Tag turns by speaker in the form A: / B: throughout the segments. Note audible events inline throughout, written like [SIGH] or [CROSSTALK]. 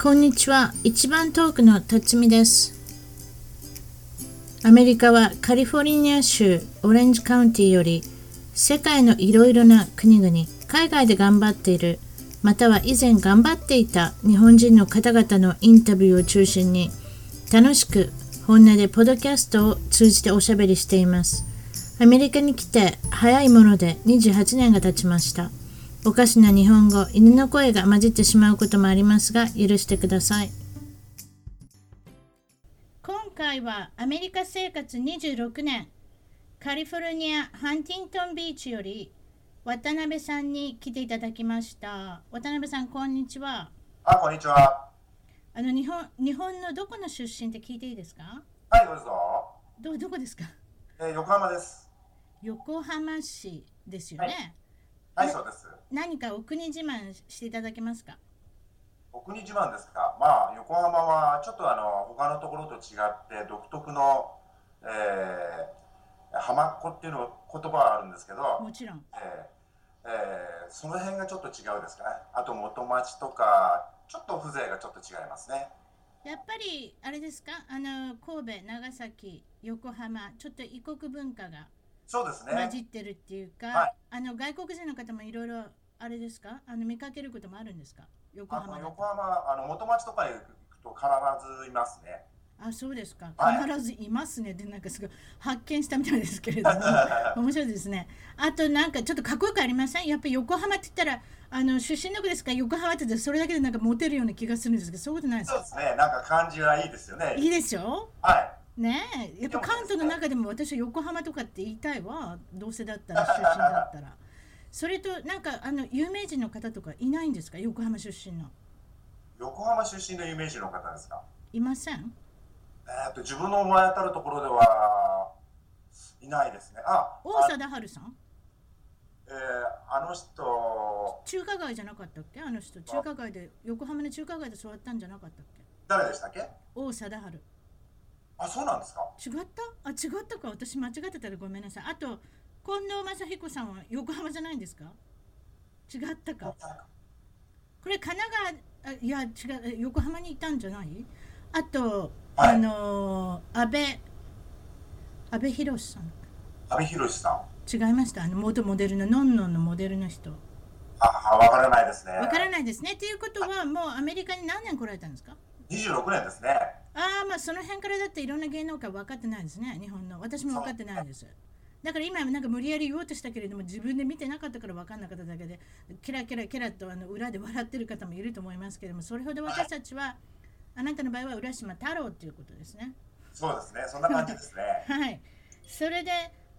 A: こんにちは一番トークの辰巳ですアメリカはカリフォルニア州オレンジカウンティより世界のいろいろな国々海外で頑張っているまたは以前頑張っていた日本人の方々のインタビューを中心に楽しく本音でポッドキャストを通じておしゃべりしていますアメリカに来て早いもので28年が経ちましたおかしな日本語犬の声が混じってしまうこともありますが許してください今回はアメリカ生活26年カリフォルニアハンティントンビーチより渡辺さんに来ていただきました渡辺さんこんにちは
B: あ、こんにちは。
A: あの日本日本のどこの出身って聞いていいですか
B: はい、どうぞ。
A: どどこですか
B: えー横浜です。
A: 横浜市ですよね、
B: ははい、そうです。
A: 何かお国自慢していただけますか
B: お国自慢ですか。まあ、横浜はちょっとあの他のところと違って独特の、えー、浜っ子っていうの言葉はあるんですけど
A: も、ちろん
B: えーえーその辺がちょっと違うですかね。あと元町とか、ちょっと風情がちょっと違いますね。
A: やっぱりあれですかあの神戸長崎横浜ちょっと異国文化が
B: そうです
A: 混
B: ね
A: じ。ってるっていうか、
B: はい
A: あの外国人の方もいろいろあれですかあの見かけることもあるんですか横
B: あ
A: 浜
B: の
A: だ
B: 横
A: と
B: 浜、あの元町とかへ行くと必ずいますね。
A: あそうですか
B: はい
A: 必ずいますねでなんかすごい発見したみたいですけれども面白いですねあとなんかちょっとかっこよくありませんやっぱり横浜って言ったらあの出身の子ですから横浜って言ったらそれだけでなんかモテるような気がするんですけどそういうことないです
B: そう
A: か
B: ですね。なんか感じがいいですよね。
A: いいでしょ
B: はい。
A: ねえやっぱ関東の中でも私は横浜とかって言いたいわどうせだったら出身だったらそれとなんかあの有名人の方とかいないんですか横浜出身の
B: 横浜出身の有名人の方ですか、
A: いません
B: えー、と自分の思い当たるところではいないですねあ
A: 王
B: あ,、
A: 貞治さん
B: えーあの人
A: 中華街じゃなかったっけあの人中華街で横浜の中華街で座ったんじゃなかったっけ
B: 誰でしたっけ
A: 王貞治
B: あそうなんですか
A: 違ったあ違ったか私間違ってたらごめんなさいあと近藤正彦さんは横浜じゃないんですか違ったかこれ神奈川あいや違うえ横浜にいたんじゃないあと、
B: はい
A: あのー安倍安倍博さん
B: 阿部寛さん
A: 違いましたあの元モデルののんのんのモデルの人
B: ああ分からないですね
A: わからないですねということはもうアメリカに何年来られたんですか
B: 26年ですね
A: ああまあその辺からだっていろんな芸能界分かってないですね日本の私も分かってないですだから今なんか無理やり言おうとしたけれども自分で見てなかったから分かんなかっただけでキラキラキラとあの裏で笑ってる方もいると思いますけれどもそれほど私たちはあなたの場合は浦島太郎ということですね
B: そうですねそんな感じで
A: [LAUGHS]
B: すね
A: はいそれで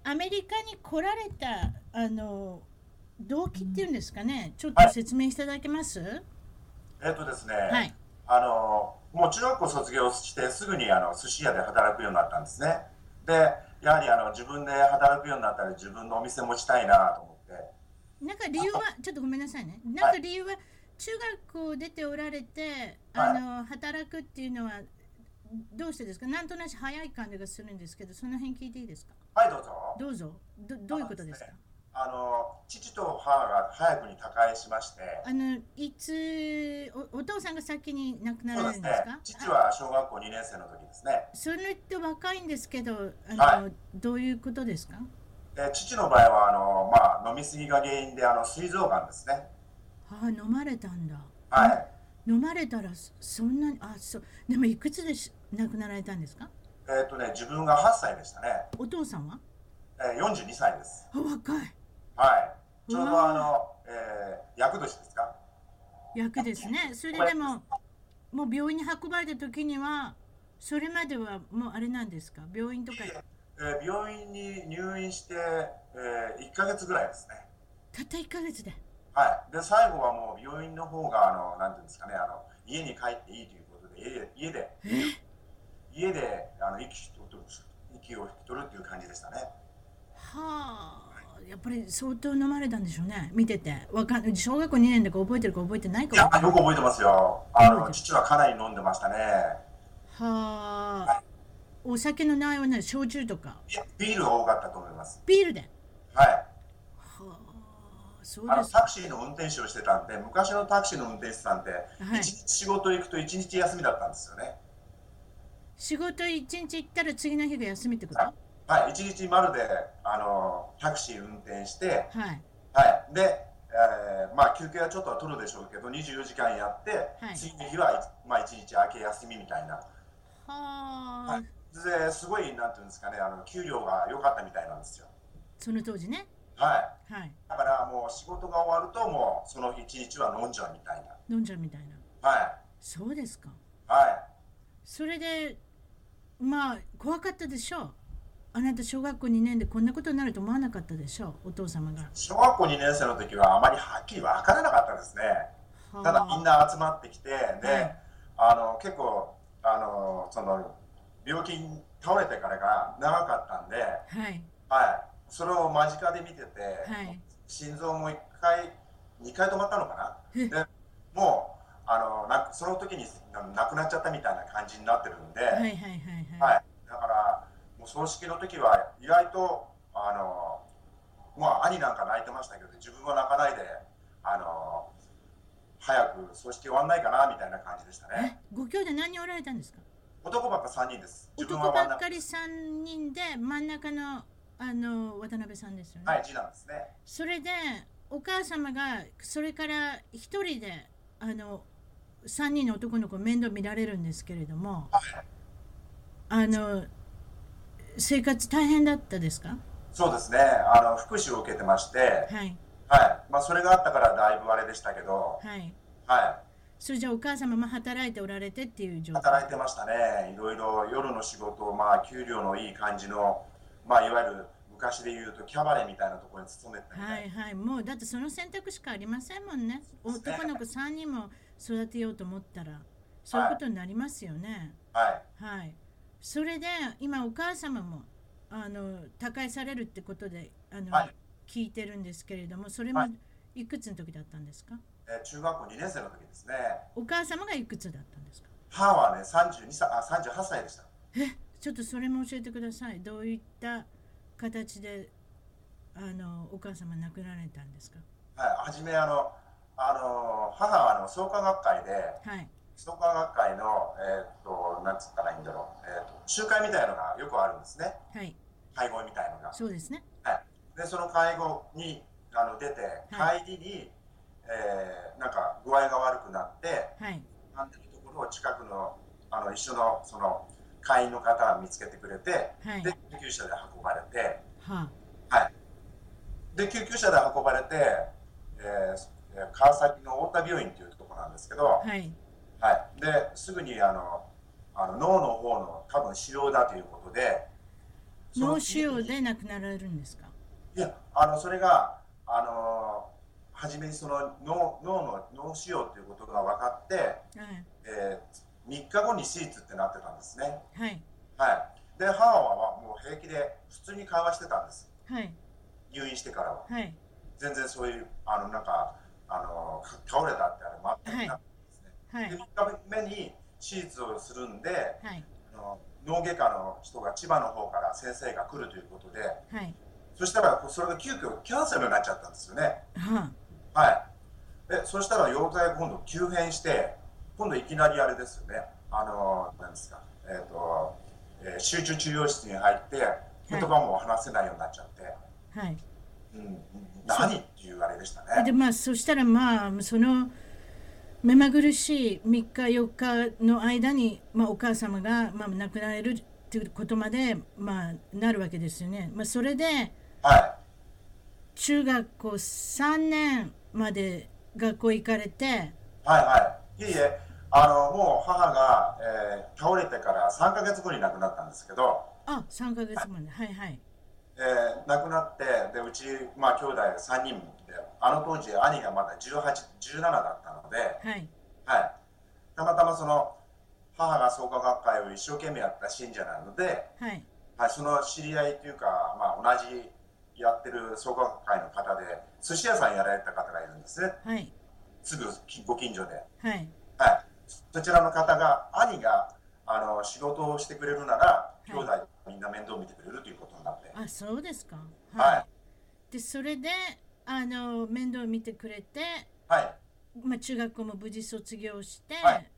A: アメリカに来られたあの動機っていうんですかねちょっと説明していただけます
B: えっとですね、
A: はい
B: あのもう中学校卒業してすぐにあの寿司屋で働くようになったんですねでやはりあの自分で働くようになったら自分のお店持ちたいなと思って
A: なんか理由はちょっとごめんなさいね。なんか理由は中学校出ておられて、あの働くっていうのはどうしてですか。なんとなく早い感じがするんですけど、その辺聞いていいですか。
B: はいどうぞ
A: どうぞ。どどういうことですか。
B: あの父と母が早くに他界しまして、
A: あのいつおお父さんが先に亡くな
B: そう
A: られる
B: です
A: ん
B: ね
A: ですか。。
B: 父は小学校2年生の時ですね。
A: あそれって若いんですけど、あの、
B: は
A: どういうことですか。
B: で父の場合はあのまあ飲み過ぎが原因であの膵臓がんですね。
A: ああ飲まれたんだ。
B: はい。
A: 飲まれたらそそんなにあそうでもいくつでし亡くなられたんですか。
B: えっ、とね自分が8歳でしたね。
A: お父さんは。
B: えー、42歳です。
A: あ若い。
B: はい。ちょう
A: う
B: ど
A: わ
B: あの、えー、厄年ですか。
A: 役ですね。それでも、もう病院に運ばれた時には、それまではもうあれなんですか病院とか
B: えー、病院に入院して、えー、1ヶ月ぐらいですね。
A: たった1ヶ月で。
B: はい。で最後はもう病院の方があのなんていうんですかねあの家に帰っていいということで家で家で
A: え
B: 家であの息を取る息を引き取るっていう感じでしたね。
A: はあ、やっぱり相当飲まれたんでしょうね。見てて。わかん小学校2年だか覚えてるか覚えてない
B: い
A: か
B: や
A: わ
B: よ
A: かんない
B: く覚えてますよ。あ
A: 覚えて
B: の
A: る
B: 父はかなり飲んでましたね。
A: はあ、お酒の内容な焼酎とか、
B: いやビールが多かったと思います。
A: ビールで。
B: はい。
A: はあ、そう
B: あ
A: で
B: の
A: す
B: タクシーの運転手をしてたんで昔のタクシーの運転手さんって一
A: はい
B: 日仕事行くと一日休みだったんですよね
A: 仕事一日行ったら次の日が休みってこと
B: あはい一日丸であのタクシー運転して
A: はい
B: はいで、えーまあ休憩はちょっとは取るでしょうけど24時間やって、
A: はい
B: 次の日は、まあ、一日明け休みみたいな
A: はあ、
B: はいですごいなんていうんですかねあの給料が良かったみたいなんですよ
A: その当時ね
B: はい
A: はい
B: だからもう仕事が終わるともうその一日は飲んじゃうみたいな
A: 飲んじゃうみたいな
B: は
A: そうですか
B: いはい
A: それでまあ怖かったでしょうあなた小学校2年でこんなことになると思わなかったでしょうお父様が
B: 小学校2年生の時はあまりはっきり分からなかったですね
A: は
B: ただみんな集まってきてで、
A: はい
B: あの結構あのその病気に倒れてからが長かったんで、
A: はい
B: はい、それを間近で見てて、
A: はい
B: 心臓も1回2回止まったのか
A: え
B: なでもうあのなその時にな亡くなっちゃったみたいな感じになってるんで、
A: はいはいはいはい
B: はい、だからもう葬式の時は意外とあのまあ兄なんか泣いてましたけど自分は泣かないであの早く葬式終わんないかなみたいな感じでした
A: え
B: ね
A: ご兄弟何人おられたんですか
B: 男ばっか3人です自分は
A: 男
B: 真ん
A: ばっ
B: 中
A: かり3人で真ん中のあの渡辺さんですよね、
B: はい次男ですね
A: それでお母様がそれから1人であの3人の男の子面倒見られるんですけれどもあの生活大変だったですか
B: そうですねあの福祉を受けてましてはい、
A: はい
B: まあ、それがあったからだいぶあれでしたけど
A: はい
B: は
A: それじゃあお母様も働いておられてっていう
B: い
A: 状態
B: 働いてましたねいろいろ夜の仕事まあ給料のいい感じのまあいわゆる昔で言うとキャバレーみたいなところに勤めてたみたいな
A: はいはいもうだってその選択しかありませんもんね男の子3人も育てようと思ったらそういうことになりますよね
B: はい
A: はいそれで今お母様もあの他界されるってことであの、
B: はい
A: 聞いてるんですけれどもそれも
B: はい
A: いくつの時だったんですか
B: えー中学校2年生の時ですね
A: お母様がいくつだったんですか
B: 母はね32歳あ38歳でした
A: ちょっとそれも教えてくださいどういった形であのお母様亡くなられたんですか
B: はい初めあの、あの母はあの創価学会で
A: はい
B: 創価学会のえーっとなんつったらいいんだろう、えーっと集会みたいのがよくあるんですね
A: はい
B: 会合みたいのが
A: そうですね
B: でその会合にあの出て
A: は
B: 帰りに、えーなんか具合が悪くなって
A: はい
B: なんていうところを近くのあの一緒のその会員の方が見つけてくれて
A: はい
B: で救急車で運ばれて
A: は
B: で救急車で運ばれて、えーえー川崎の太田病院というところなんですけど、
A: あ
B: は
A: はい
B: いですぐにあのあの脳の方の多分腫瘍だということでその
A: 脳腫瘍で亡くなられるんですか
B: いやあのそれが、あの初めにその脳脳の脳腫瘍ということが分かって、
A: はい
B: え3日後に手術ってなってたんですね、
A: はい
B: はい、で母はもう平気で普通に会話してたんです
A: はい
B: 入院してからは。
A: はい
B: 全然そういうあのなんかあのか倒れたってあれ全くなく
A: は
B: て、
A: い
B: で3日目に手術をするんで
A: はい
B: あの脳外科の人が千葉の方から先生が来るということで
A: はい
B: そしたらそれが急遽キャンセルになっちゃったんですよね
A: は
B: はいでそしたら容体が今度急変して今度いきなりあれですよねあのなんですかえっ、と、えー集中治療室に入って言葉も話せないようになっちゃって、
A: あはい
B: うん、何っていうあれでしたね
A: でまあそしたらまあその目まぐるしい3日4日の間に、まあ、お母様が、まあ、亡くなられるっていうことまで、まあ、なるわけですよね。まあ、それで
B: はい
A: 中学校3年まで学校行かれて
B: はいはい。いえいえ、あのもう母が、えー倒れてから3ヶ月後に亡くなったんですけど、
A: あ三3ヶ月まではいはい
B: えー亡くなってでうちまあ兄弟3人で、あの当時兄がまだ18、17だったので、
A: はい
B: はい。たまたまその母が創価学会を一生懸命やった信者なので、
A: はい
B: はい、その知り合いというか、まあ、同じやってる創価学会の方で寿司屋さんやられた方がいるんですね
A: はい
B: すぐご近所で
A: はい
B: はい、そちらの方が兄があの仕事をしてくれるなら
A: い
B: 兄弟みんな面倒見てくれるということになって、
A: あそうですか
B: はい
A: でそれであの面倒を見てくれて、
B: はい。
A: まあ、中学校も無事卒業して、
B: はい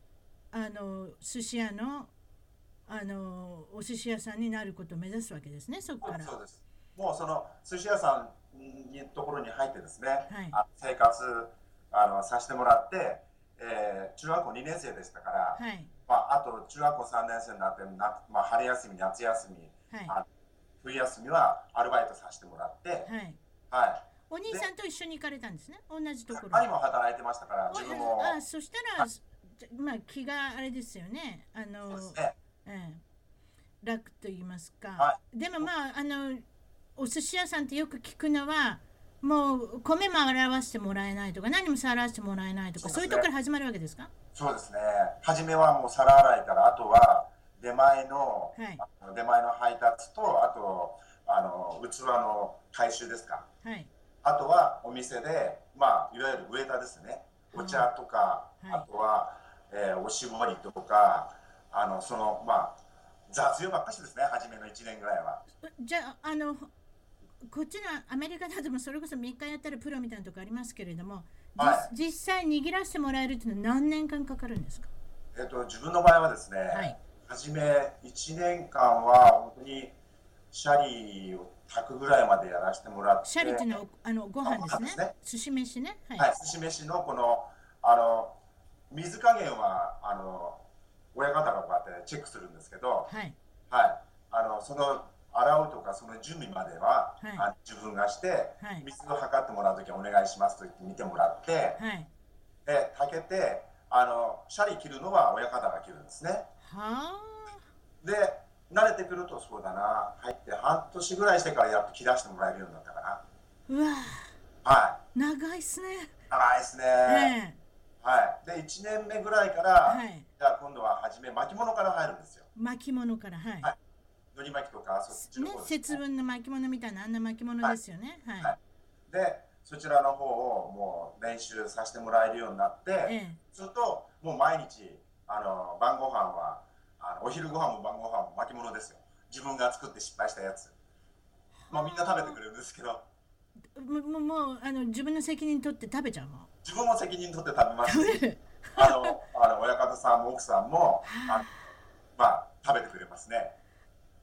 A: あの寿司屋のあのお寿司屋さんになることを目指すわけですねそこ
B: そう
A: か
B: ですそう
A: ら。
B: です。もうその寿司屋さんにところに入ってですね、
A: い
B: あ生活あのさせてもらって、えー中学校2年生でしたから、
A: はい
B: まあ、あと中学校3年生になってな、まあ、春休み夏休み、
A: はい
B: あ冬休みはアルバイトさせてもらって、はい
A: はい、お兄さんと一緒に行かれたんですね同じところ
B: 兄も働いてましたから自分も
A: おあそしたら、まあ、気があれですよねあ
B: そうで
A: の
B: すね
A: ええ、楽と言いますか、
B: は
A: でもまああのお寿司屋さんってよく聞くのはもう米も洗わせてもらえないとか何も触らせてもらえないとかそ,、
B: そううですね
A: いうところから始まるわけですか
B: そうですね初めはもう皿洗いからあとは出前の,、
A: はい
B: あの出前の配達とあとあの器の回収ですか
A: はい
B: あとはお店で、まあ、いわゆるウェイターですね、お茶とか、
A: はい
B: あとは、えーおしぼりとか、あのそのまあ、雑用ばっかしですね、初めの1年ぐらいは。
A: じゃああのこっちのアメリカだともそれこそ3日やったらプロみたいなとこありますけれども、じ
B: は
A: 実際握らせてもらえるっていうのは何年間かかるんですか
B: えっと自分の場合はですね、
A: はい
B: 初め1年間は本当にシャリを炊くぐらいまでやらせてもらって、
A: シャリっていうのはあのご飯ですね
B: ご飯ですね
A: 寿司飯ねはい、
B: はい、寿司飯のこのあの水加減はあの親方がこうやってチェックするんですけど、
A: はい
B: はい、あのその洗うとかその準備までは、
A: はい
B: あの自分がして、
A: はい
B: 水を測ってもらうときはお願いしますと言って見てもらって、
A: はい
B: で炊けてあのシャリ切るのは親方が切るんですね
A: は
B: で慣れてくるとそうだな入って半年ぐらいしてからやっと切らしてもらえるようになったかな
A: ーうわ
B: は
A: ー長いっすね
B: い長いですね、
A: ええ
B: はいで1年目ぐらいから、
A: はい
B: じゃあ今度は初め巻物から入るんですよ
A: 巻物からはい、
B: はのり巻きとかそっちの
A: ね
B: 方です
A: 節分の巻物みたいなあんな巻物ですよねはい、
B: はいでそちらの方をもう練習させてもらえるようになって、
A: ええ
B: するともう毎日あの晩ご飯はあのお昼ご飯も晩ご飯も巻物ですよ自分が作って失敗したやつまあみんな食べてくれるんですけど
A: ももうもうあの自分の責任取って食べちゃうもん
B: 自分も責任取って食
A: [LAUGHS]
B: べます
A: 食べる
B: あのあの親方さんも奥さんもあのまあ食べてくれますね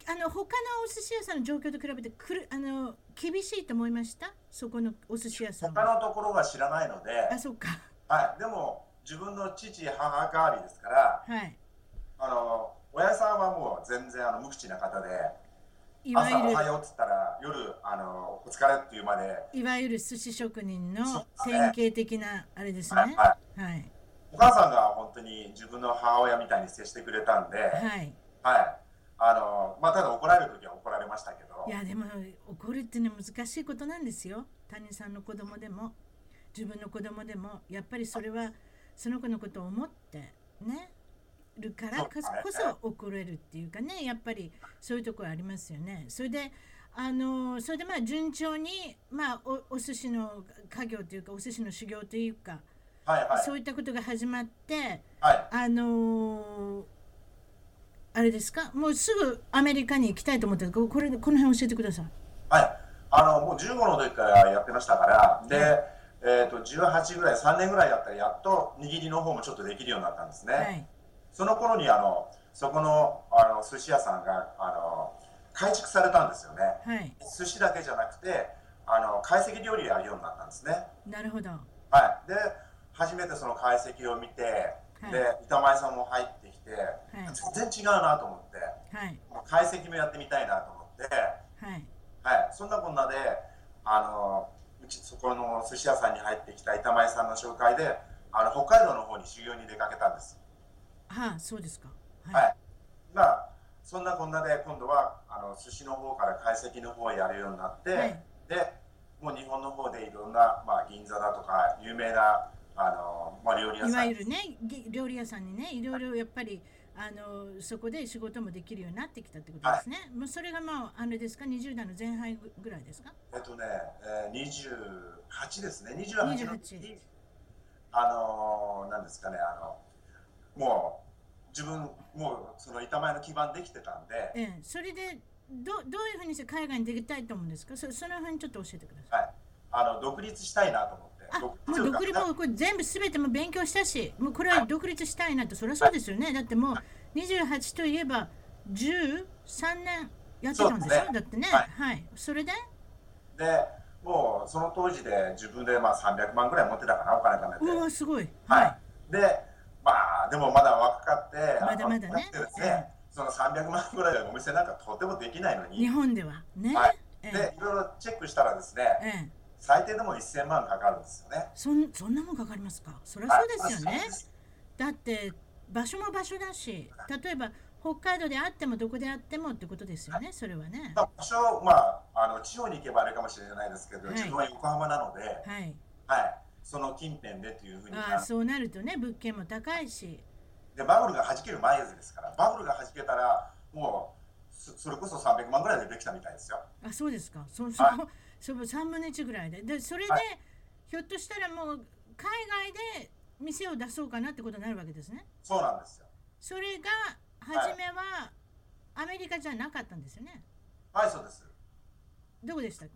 A: あの他のお寿司屋さんの状況と比べてくるあの厳しいと思いましたそこのお寿司屋さんは
B: 他のところは知らないので、
A: あそっか
B: はい、でも自分の父母代わりですから
A: はい
B: あの親さんはもう全然あの無口な方で
A: いわ
B: 朝お
A: ゆ
B: はようっつったら夜あのお疲れっていうまで、
A: るいわゆる寿司職人
B: そ
A: の
B: うですね
A: 典型的なあれです
B: はい
A: ね
B: は
A: はい
B: い、お母さんが本当に自分の母親みたいに接してくれたんで、はい
A: はい
B: あのまあ、ただ怒られる時は怒られましたけど
A: いやでも怒るっていうのは難しいことなんですよ谷さんの子供でも自分の子供でもやっぱりそれはその子のことを思ってねるからこそ
B: そう
A: こそ怒れるっていうかねやっぱりそういうところありますよねそれであのそれでまあ順調にまあおお寿司の家業というかお寿司の修行というか
B: はいはい
A: そういったことが始まって
B: はい
A: あのーあれですかもうすぐアメリカに行きたいと思ってるここれこの辺教えてください
B: はいあのもう15の時からやってましたからで、えー、と18ぐらい3年ぐらいやったらやっと握りの方もちょっとできるようになったんですね、
A: はい
B: その頃にあのそこのあの寿司屋さんがあの改築されたんですよね
A: はい
B: 寿司だけじゃなくてあの懐石料理やるようになったんですね
A: なるほど
B: はい、で初めてその解析を見て、
A: はい
B: で板前さんも入ってきて、全然違うなと思って
A: はい
B: もう解析もやってみたいなと思って、
A: はい
B: はい、そんなこんなであのうちそこの寿司屋さんに入ってきた板前さんの紹介であの北海道の方に修行に出かけたんです、
A: はあそうですか
B: はい
A: は
B: まあそんなこんなで今度はあの寿司の方から解析の方をやるようになって、
A: はい
B: でもう日本の方でいろんな、まあ、銀座だとか有名なあの、まあ、料理屋
A: い、い
B: さ
A: わ
B: ん
A: ゆるねぎ料理屋さんにねいろいろやっぱりあのそこで仕事もできるようになってきたってことですね、もうそれがまああれですか20代の前半ぐらいですか
B: えっとね、えー、28ですね、28の時
A: 28
B: に、あのー、なんですかね、あの、もう、自分、もう、その板前の基盤できてたんで、
A: ええそれでどどういうふうにして海外に出たいと思うんですかそその辺ちょっと教えてください
B: はい、ああの独立したいなと思って
A: あもう独立もうこれ全部すべても勉強したしもうこれは独立したいなとそりゃそうですよねだってもう28といえば13年やってたんでしょ
B: そうですね
A: だってねは
B: はい
A: い、それで
B: でもうその当時で自分でまあ300万ぐらい持ってたかなお金貯
A: う
B: め
A: わ
B: て
A: すごい
B: はいでまあでもまだ若かって
A: まだまだね
B: あの若くてですねその300万ぐらいのお店なんかとてもできないの
A: 日
B: に
A: 本ではね、
B: はい
A: え
B: でいろいろチェックしたらです
A: えええ
B: ね最低でも1000万かかるんですよね
A: そんそんなもんかかりますかそりゃそうですよ
B: は
A: ね
B: いまあそうです
A: だって場所も場所だし例えば北海道であってもどこであってもってことですよねそれはね
B: まあ場所はまああの地方に行けばあれかもしれないですけど
A: はい
B: 自分は横浜なので
A: はい
B: はいその近辺でというふうに
A: ああそうなるとね物件も高いし
B: でバブルが弾ける前ですからバブルが弾けたらもうそそれこそ300万ぐらいでできたみたいですよ
A: あそうですかそそ
B: はい
A: その3分の1ぐらいででそれで、
B: はい
A: ひょっとしたらもう海外で店を出そうかなってことになるわけですね
B: そうなんですよ
A: それが初めはアメリカじゃなかったんですよね
B: はいそうです
A: どこでしたっけ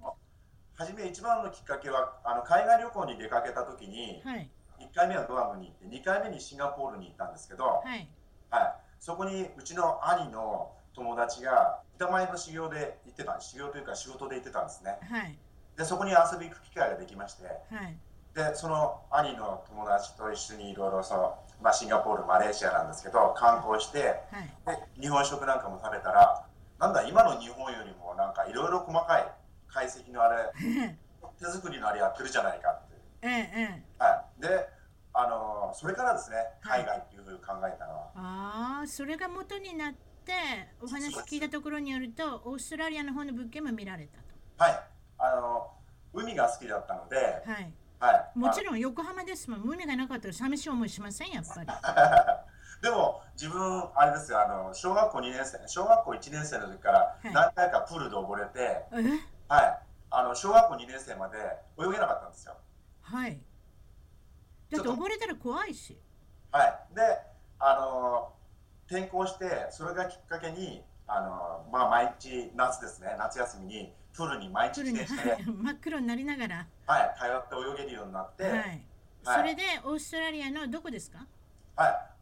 B: 初め一番のきっかけはあの海外旅行に出かけた時に
A: はい
B: 1回目はグアムに行って2回目にシンガポールに行ったんですけど、はい
A: はい
B: そこにうちの兄の友達が板前の修行で行ってた修行というか仕事で行ってたんですね
A: はい
B: でそこに遊びに行く機会ができまして
A: はい
B: でその兄の友達と一緒にいろいろそう、まあ、シンガポールマレーシアなんですけど観光して
A: はい [LAUGHS]
B: で日本食なんかも食べたらなんだ今の日本よりもなんかいろいろ細かい解析のあれ手作りのあれやってるじゃないかっていう、
A: ええええ
B: はい、で、あのーそれからですね海外っていうふうに考えたのは、
A: ああそれが元になってお話聞いたところによるとオーストラリアの方の物件も見られたと
B: はいあのー海が好きだったので、はい
A: はい
B: あの
A: もちろん横浜ですもん海がなかったら寂しい思いしませんやっぱり
B: [LAUGHS] でも自分あれですよあの小学校2年生小学校1年生の時から
A: はい
B: 何回かプールで溺れて、はい
A: え
B: [LAUGHS] あの小学校2年生まで泳げなかったんですよ
A: はいだって溺れたら怖いし
B: はいであの転校してそれがきっかけにあのまあ毎日夏ですね夏休みにプールに毎日
A: プール
B: 自
A: に
B: 転車で、
A: はい [LAUGHS] 真っ黒になりながら
B: はい、通って泳げるようになって、はい
A: はい
B: はい
A: それでオーストラリアのどこですか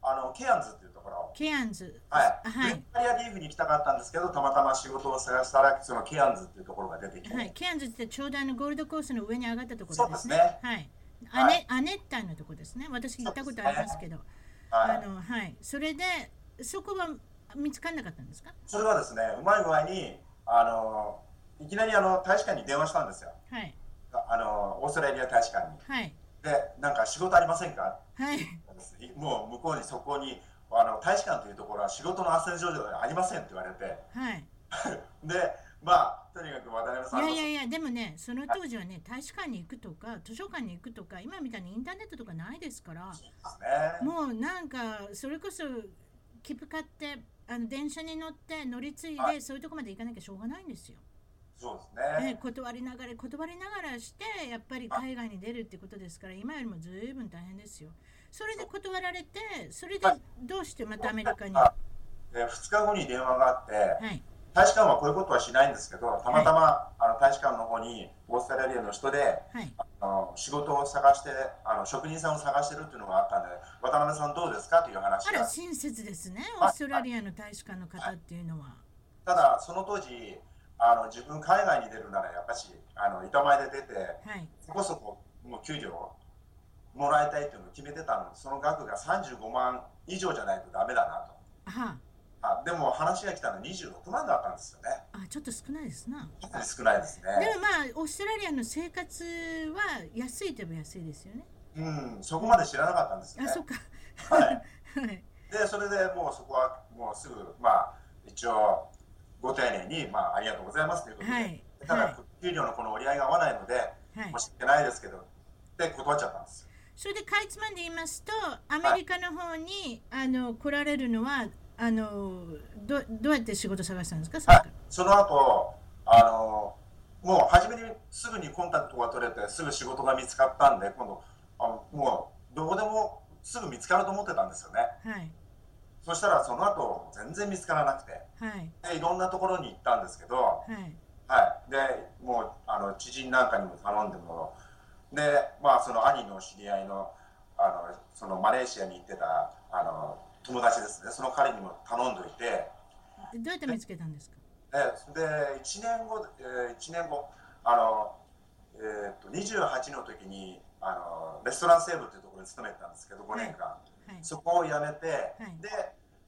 B: あのケアンズっていうところ
A: ケアンズ
B: はい、
A: は
B: はいイタリアリーグに行きたかったんですけどたまたま仕事を探したらそのケアンズっていうところが出てきて、
A: はい、ケアンズってちょうどあのゴールドコーストの上に上がったとこ
B: そ
A: ろ
B: う
A: で
B: ですす
A: ね。
B: ね
A: はい。ア
B: は
A: ネ
B: い
A: アネッタのとこですね。私行ったことありますけど、
B: はい
A: あのはい、それでそこは見つからなかったんですか。
B: それはですね、うまい具合に、あの、いきなりあの、大使館に電話したんですよ。
A: はい
B: あの、オーストラリア大使館に。
A: はい
B: で、なんか仕事ありませんか
A: はい
B: もう向こうにそこに、あの、大使館というところは仕事の斡旋上ではありませんって言われて。
A: はい。
B: で、まあ、とにかく渡辺
A: い
B: さん
A: や
B: の
A: いやいやでもね、その当時はね、大使館に行くとか図書館に行くとか今みたいにインターネットとかないですから、
B: そうですね。
A: もうなんかそれこそ切符買ってあの電車に乗って乗り継い
B: は
A: でそういうとこまで行かなきゃしょうがないんですよ。
B: そうです
A: ええ
B: ね。
A: 断りながら断りながらしてやっぱり海外に出るってことですから今よりもずいぶん大変ですよそれで断られてそれで
B: はい
A: どうしてまたアメリカには
B: あで2日後に電話があって、
A: い
B: 大使館はこういうことはしないんですけど、たまたま、あの大使館の方にオーストラリアの人で、
A: はい
B: あの仕事を探してあの職人さんを探してるっていうのがあったんで渡辺さんどうですかという話
A: あら
B: が
A: 親切ですねオ
B: はい
A: ーストラリアの大使館の方っていうのは
B: ただその当時あの自分海外に出るならやっぱしあの板前で出て
A: はい
B: そこそこもう給料をもらいたいっていうのを決めてたのでその額が35万以上じゃないとダメだなと
A: あ
B: あでも話が来たのは26万だったんですよね
A: あちょっと少ないですな
B: かなり少ないです
A: で
B: ね
A: もまあオーストラリアの生活は安いといえば安いですよね
B: うんそこまで知らなかったんですね
A: あそっか
B: はい
A: はい
B: でそれでもうそこはもうすぐまあ一応ご丁寧に、まあ、ありがとうございますということで、
A: はい
B: ただ、
A: は
B: 給料のこの折り合いが合わないので、
A: はい
B: もう知ってないですけどで断っちゃったんですよ
A: それでかいつまんで言いますとアメリカの方に、あの来られるのはあのどどうやって仕事探したんですかそれ
B: は
A: か
B: いその後あのもう初めにすぐにコンタクトが取れてすぐ仕事が見つかったんで今度あもうどこでもすぐ見つかると思ってたんですよね
A: らはい
B: そしたらその後全然見つからなくて
A: はい
B: でいろんなところに行ったんですけど
A: はい
B: はい、でもうあの知人なんかにも頼んでもで、まあ、その兄の知り合いのあのそのマレーシアに行ってたあの友達ですねその彼にも頼んどいて
A: どうやって見つけたんですか
B: でで1年後、えー、1年後あの、えーっと28の時にあのレストランセーブっていうところに勤めてたんですけど5年間、
A: はい
B: そこを辞めて、
A: い
B: で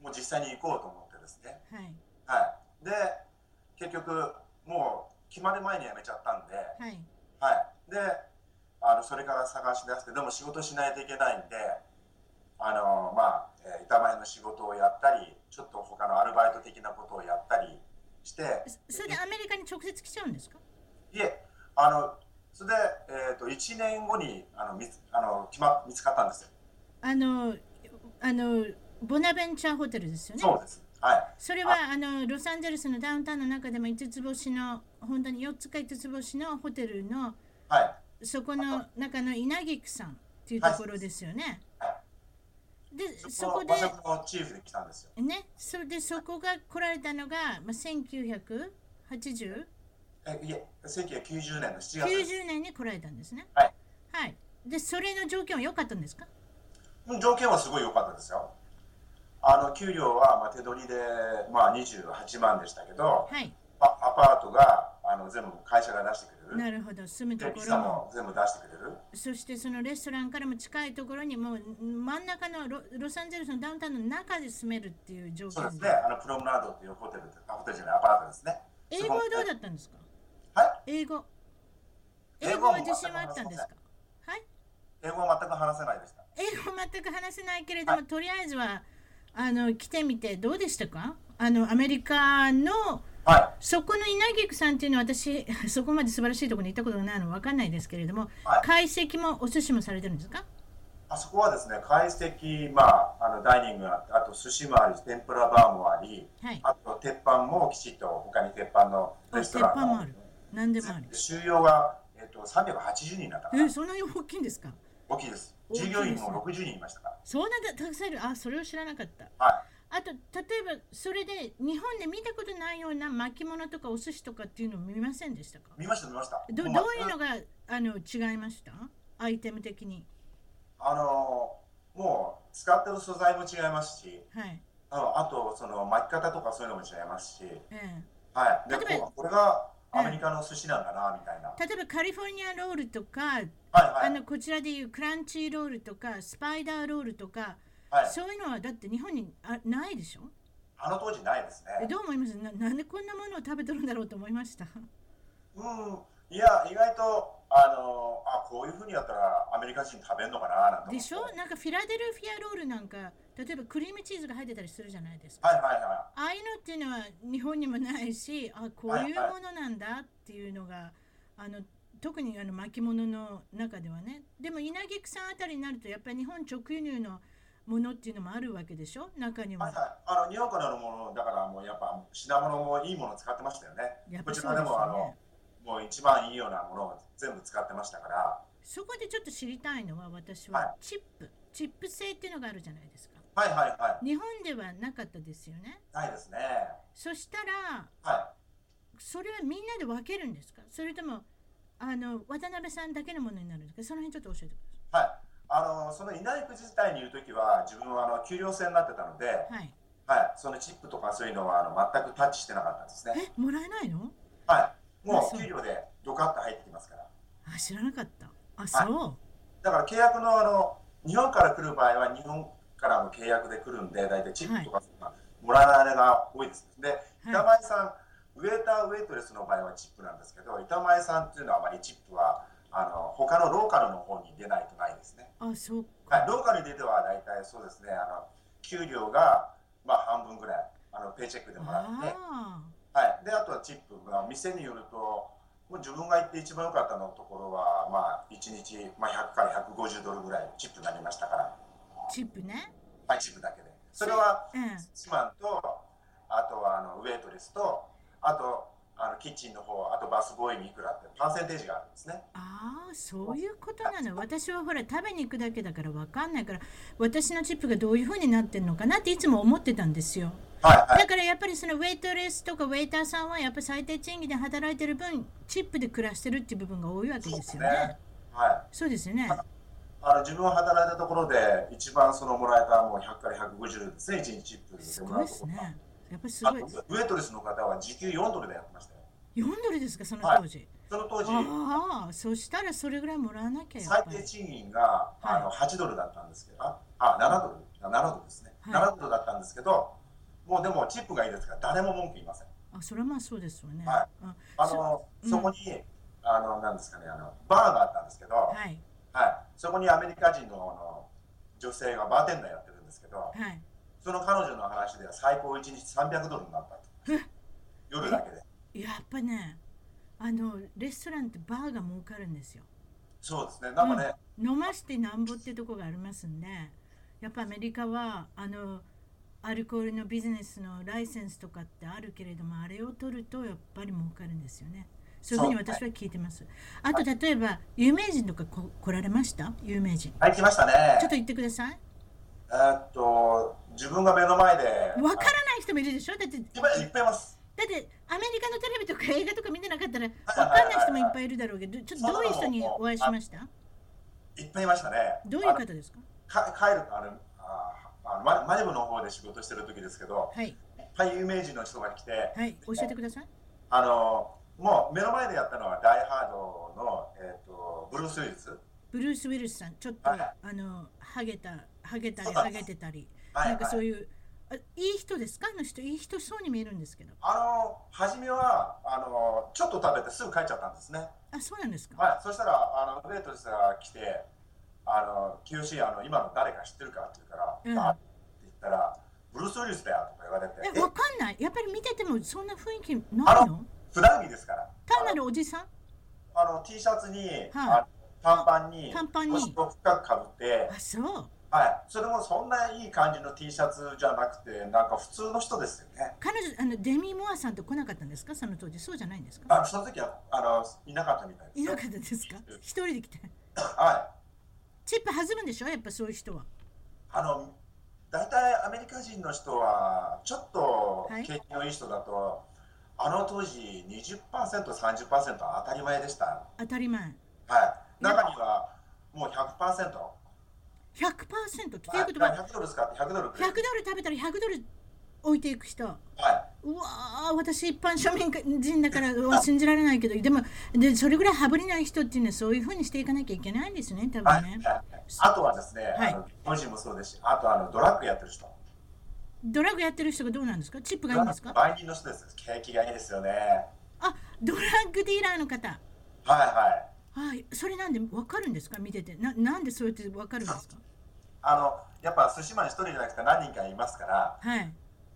B: もう実際に行こうと思ってですね
A: はい
B: はい、で結局もう決まる前に辞めちゃったんで、
A: はい
B: はい、であのそれから探し出してでも仕事しないといけないんであのまあ、えー板前の仕事をやったりちょっと他のアルバイト的なことをやったりして
A: そそれでアメリカに直接来ちゃうんですか
B: いえあのそれで、えー、と1年後にあの見つあの決ま見つかったんですよ。
A: あのあのボナベンチャーホテルですよね
B: そうです、はい
A: それはあのロサンゼルスのダウンタウンの中でも5つ星の本当に4つか5つ星のホテルの
B: はい
A: そこの中の稲菊さんっていうところですよね。
B: は
A: でそ
B: そ
A: こ
B: こ
A: で
B: 和食のチーフで来たんですよ。
A: ねそれでそこが来られたのが、まあ、1980?90
B: えいえ1990年の7月です
A: 年に来られたんですね。
B: はい、
A: はい、でそれの条件は良かったんですか
B: うん条件はすごい良かったですよ。あの給料はまあ手取りで、まあ、28万でしたけど、
A: はい
B: あアパートがあの全部会社が出してくれ
A: な
B: る、
A: るほど住むと
B: で
A: こ
B: ビ
A: ろ
B: ザ
A: も
B: も全部出してくれる、
A: そしてそのレストランからも近いところにもう真ん中のロロサンゼルスのダウンタウンの中で住めるっていう条
B: そう
A: 件
B: ですね、あのプロムナードというホテルあ、ホテルじゃない、アパートですね。
A: 英語はどうだったんですか
B: はい
A: 英語英
B: 英
A: 語
B: 語は
A: は自信はあったんですかはい
B: 英語は全く話せないでした。
A: 英語全く話せないけれども、とりあえずはあの来てみてどうでしたかあのアメリカの
B: は
A: そこの稲菊さんっていうのは私 [LAUGHS] そこまで素晴らしいところに行ったことがないのわかんないですけれども、
B: はい
A: 解析もお寿司もされてるんですか
B: い、あそこはですね、懐石、まあ、あのダイニングがあって、あと寿司もあり、天ぷらバーもあり、
A: はい
B: あと鉄板もきちっと、他に鉄板のレストラン
A: あ鉄板もある何でもあ
B: 全
A: る
B: 部で収容が、えっと380人だったか
A: え
B: な、
A: そんなに大きいんですか
B: 大きいです。
A: 大きいで
B: 従
A: すね
B: 業員も60人いましたか
A: そんなたくさんいるあそれを知らなかった
B: ら。はい
A: あと例えばそれで日本で見たことないような巻物とかお寿司とかっていうのを見ませんでしたか
B: 見ました見ました。
A: どどう
B: も
A: いうのがあの違いましたアイテム的に
B: あのもう使ってる素材も違いますし、
A: はい、
B: あのあとその巻き方とかそういうのも違いますし、
A: え
B: はい。で
A: 例えば
B: こうこれがアメリカの寿司なんだなみたいな。
A: え、例えばカリフォルニアロールとか
B: はいは
A: あ
B: い
A: のこちらでいうクランチーロールとかスパイダーロールとか
B: はい。
A: そういうのはだって日本にあないでしょ
B: あの当時ないです
A: え
B: ね。
A: どう思いますななんでこんなものを食べてるんだろうと思いました
B: うん。いや意外とあのあこういう風にやったらアメリカ人食べるのかななんて思って。
A: でしょなんかフィラデルフィアロールなんか例えばクリームチーズが入ってたりするじゃないですか
B: はいはいは
A: ああいうのっていうのは日本にもないしあこういうものなんだっていうのがあの特にあの巻物の中ではねでも稲菊さんあたりになるとやっぱり日本直輸入のものっていうのもあるわけでしょ中に
B: い。はい
A: は。
B: はい、あの日本からのものだからもうやっぱ品物もいいもの使ってましたよね。
A: やっぱ
B: こ
A: そ
B: ち
A: う
B: ら
A: で
B: ですもあ
A: よ
B: の
A: ね。
B: もう一番いいようなものを全部使ってましたから。
A: そこでちょっと知りたいのは私
B: は
A: はチップ、チップ製っていうのがあるじゃないですか。
B: はいはいは
A: 日本ではなかったですよね。
B: い。ないですね。
A: そしたら
B: は
A: それはみんなで分けるんですかそれともあの渡辺さんだけのものになるんですかその辺ちょっと教えてく
B: い。はい。あの、その稲育自体にいるときは、自分はあの給料制になってたので、
A: ださい。はい。
B: はい。そのチップとかそういうのはあの全くタッチしてなかったんですね。
A: えもらえないの
B: はい。
A: あ
B: も
A: そう
B: う給料でドカッと入ってきますから。
A: あ知らなかった。あそ
B: だから契約のあの、日本から来る場合は日本からの契約で来るんで、大体チップとかそういうのはもらわれが多いです。で、
A: う。
B: 板
A: は
B: 前さん、ウェイター、ウェイトレスの場合はチップなんですけど、板前さんっていうのはあまりチップは、あの、他のローカルの方に出ないとないですね。
A: い、あそう
B: はい、ローカルに出ては大体そうですね、あの給料がまあ半分ぐらいあのペイチェックでもらって、
A: あ
B: はい、であとはチップが店によると、もう自分が行って一番良かったのところは、まあ、1日、まあ、100から150ドルぐらいチップになりましたから、
A: あチップね。
B: はい、チップだけで。それは
A: うん。
B: スマンと、あとはあのウェイトレスと、あとあのキッチンの方、あとバスボーイにいくらって、パーセンテージがあるんですね。
A: ああそういうことなの私はほら食べに行くだけだから分かんないから私のチップがどういうふうになってるのかなっていつも思ってたんですよ。
B: はいはい
A: だからやっぱりそのウェイトレスとかウェイターさんはやっぱり最低賃金で働いてる分チップで暮らしてるっていう部分が多いわけ
B: そう
A: で
B: ですす
A: よ
B: ね
A: ね。
B: はい
A: そうですよね。
B: あの自分が働いたところで一番そのもらえたもう100から150ですね1日チップですも
A: ごいで
B: らうと
A: す
B: ころ
A: ね。やっぱりす
B: あ
A: ごい。
B: とウェイトレスの方は時給4ドルでやってましたよ
A: 4ドルですか、その当時。
B: その当時
A: ああ、そしたらそれぐらいもらわなきゃや
B: 最
A: っぱり
B: 低。賃金があの8ドルだったんですけど、ああ7ドル、7ドルですね、
A: はい
B: 7ドルだったんですけど、もうでもチップがいいですから、誰も文句言いません。
A: あ、それはまあそうですよね。
B: はい
A: あ
B: あ
A: そ
B: の
A: うん
B: そこに、あのなんですかねあの、バーがあったんですけど、はい
A: はい。
B: そこにアメリカ人のあの女性がバーテンダーやってるんですけど、
A: はい。
B: その彼女の話では最高1日300ドルになったと、
A: [LAUGHS]
B: 夜だけで。
A: やっぱね、あの、レストランってバーが儲かるんですよ。
B: そうですね、なんかね、
A: 飲ましてなんぼってとこがありますんでやっぱアメリカはあのアルコールのビジネスのライセンスとかってあるけれどもあれを取るとやっぱり儲かるんですよねそういうふうに
B: そう
A: 私は聞いてますあと例えば有名人とかこ来られました有名人ちょ
B: はい、来ました
A: っと
B: ね。
A: 言ってください
B: えーっと、自分が目の前で、
A: わからない人もいるでしょだってだ
B: 今いっぱいいます。
A: ってアメリカのテレビとか映画とか見てなかったらわかんない人もいっぱいいるだろうけどちょっとどういう人にお会いしました
B: いっぱいいましたね。
A: どういう
B: あの
A: 方ですか
B: か帰るあのああのママリブの方で仕事してる時ですけど、
A: はい
B: いっぱい有名人の人が来て、
A: はい教えてください
B: あのもう目の前でやったのは「ダイ・ハードの」えー、とブルース・ウィルス、
A: ブルース・ウィルスさん、ちょっと、
B: はい
A: あの、ハゲた、ハゲたり、
B: そうな
A: ハ
B: んで
A: ゲ
B: す
A: てたり、
B: はい
A: なんかそう
B: はい
A: いう、あいい人ですかあの人、いい人そうに見えるんですけど。
B: あの初めはあのちょっと食べてすぐ帰っちゃったんですね、
A: あ、そうなんですか
B: はい、そしたらあのウェイトレスが来て「あの QC あの今の誰か知ってるか?」って言うから「
A: うん
B: あって言ったら「ブルース・ウィルスだよ」とか言われて「
A: え、
B: え
A: わかんない。やっぱり見ててもそんな雰囲気な
B: あ
A: いの
B: の普段着ですから」
A: 単なるおじさん
B: あの T シャツに、
A: は
B: あ短パンに
A: 短パンに
B: 腰を深くかぶって
A: あ、、そう。
B: はい、それもそんないい感じの T シャツじゃなくてなんか普通の人ですよね。
A: 彼女、あの、デミ・モアさんと来なかったんですかその当時、そうじゃないんですか
B: あその時はあのいなかったみたいです
A: い
B: よ。
A: なかったですか
B: うん
A: 一人で来て。
B: はい。
A: チップ弾むんでしょやっぱそういう人は。
B: あの大体アメリカ人の人はちょっと
A: はい
B: 景気のいい人だと、あの当時20%、30%は当たり前でした。
A: 当たり前。
B: はい。中にはもう100%。
A: 100%っていう
B: はい、
A: こと
B: だから
A: は、
B: 100ドル使って100ドルくれ
A: 100
B: る
A: ドル食べたら100ドル置いていく人。
B: はい。
A: うわー私一般庶民人だからうわ信じられないけどでもでそれぐらい羽振りない人っていうのはそういうふうにしていかなきゃいけないんですね多
B: は
A: 分
B: い
A: ね、
B: あとはですね、
A: はい
B: あの個人もそうですし、あとあのドラッグやってる人、
A: ドラッグやってる人がどうなんですかチップが
B: ド
A: いい
B: ラ
A: んです
B: ッ
A: か
B: グ売人の人です、景気がいいですよね。はい
A: あドラッグディーラーの方
B: はい。
A: はいそれなんで分かるんですか見ててななんでそうやって分かるんですか
B: あのやっぱ寿司マン一人じゃなくて何人かいますから、
A: はい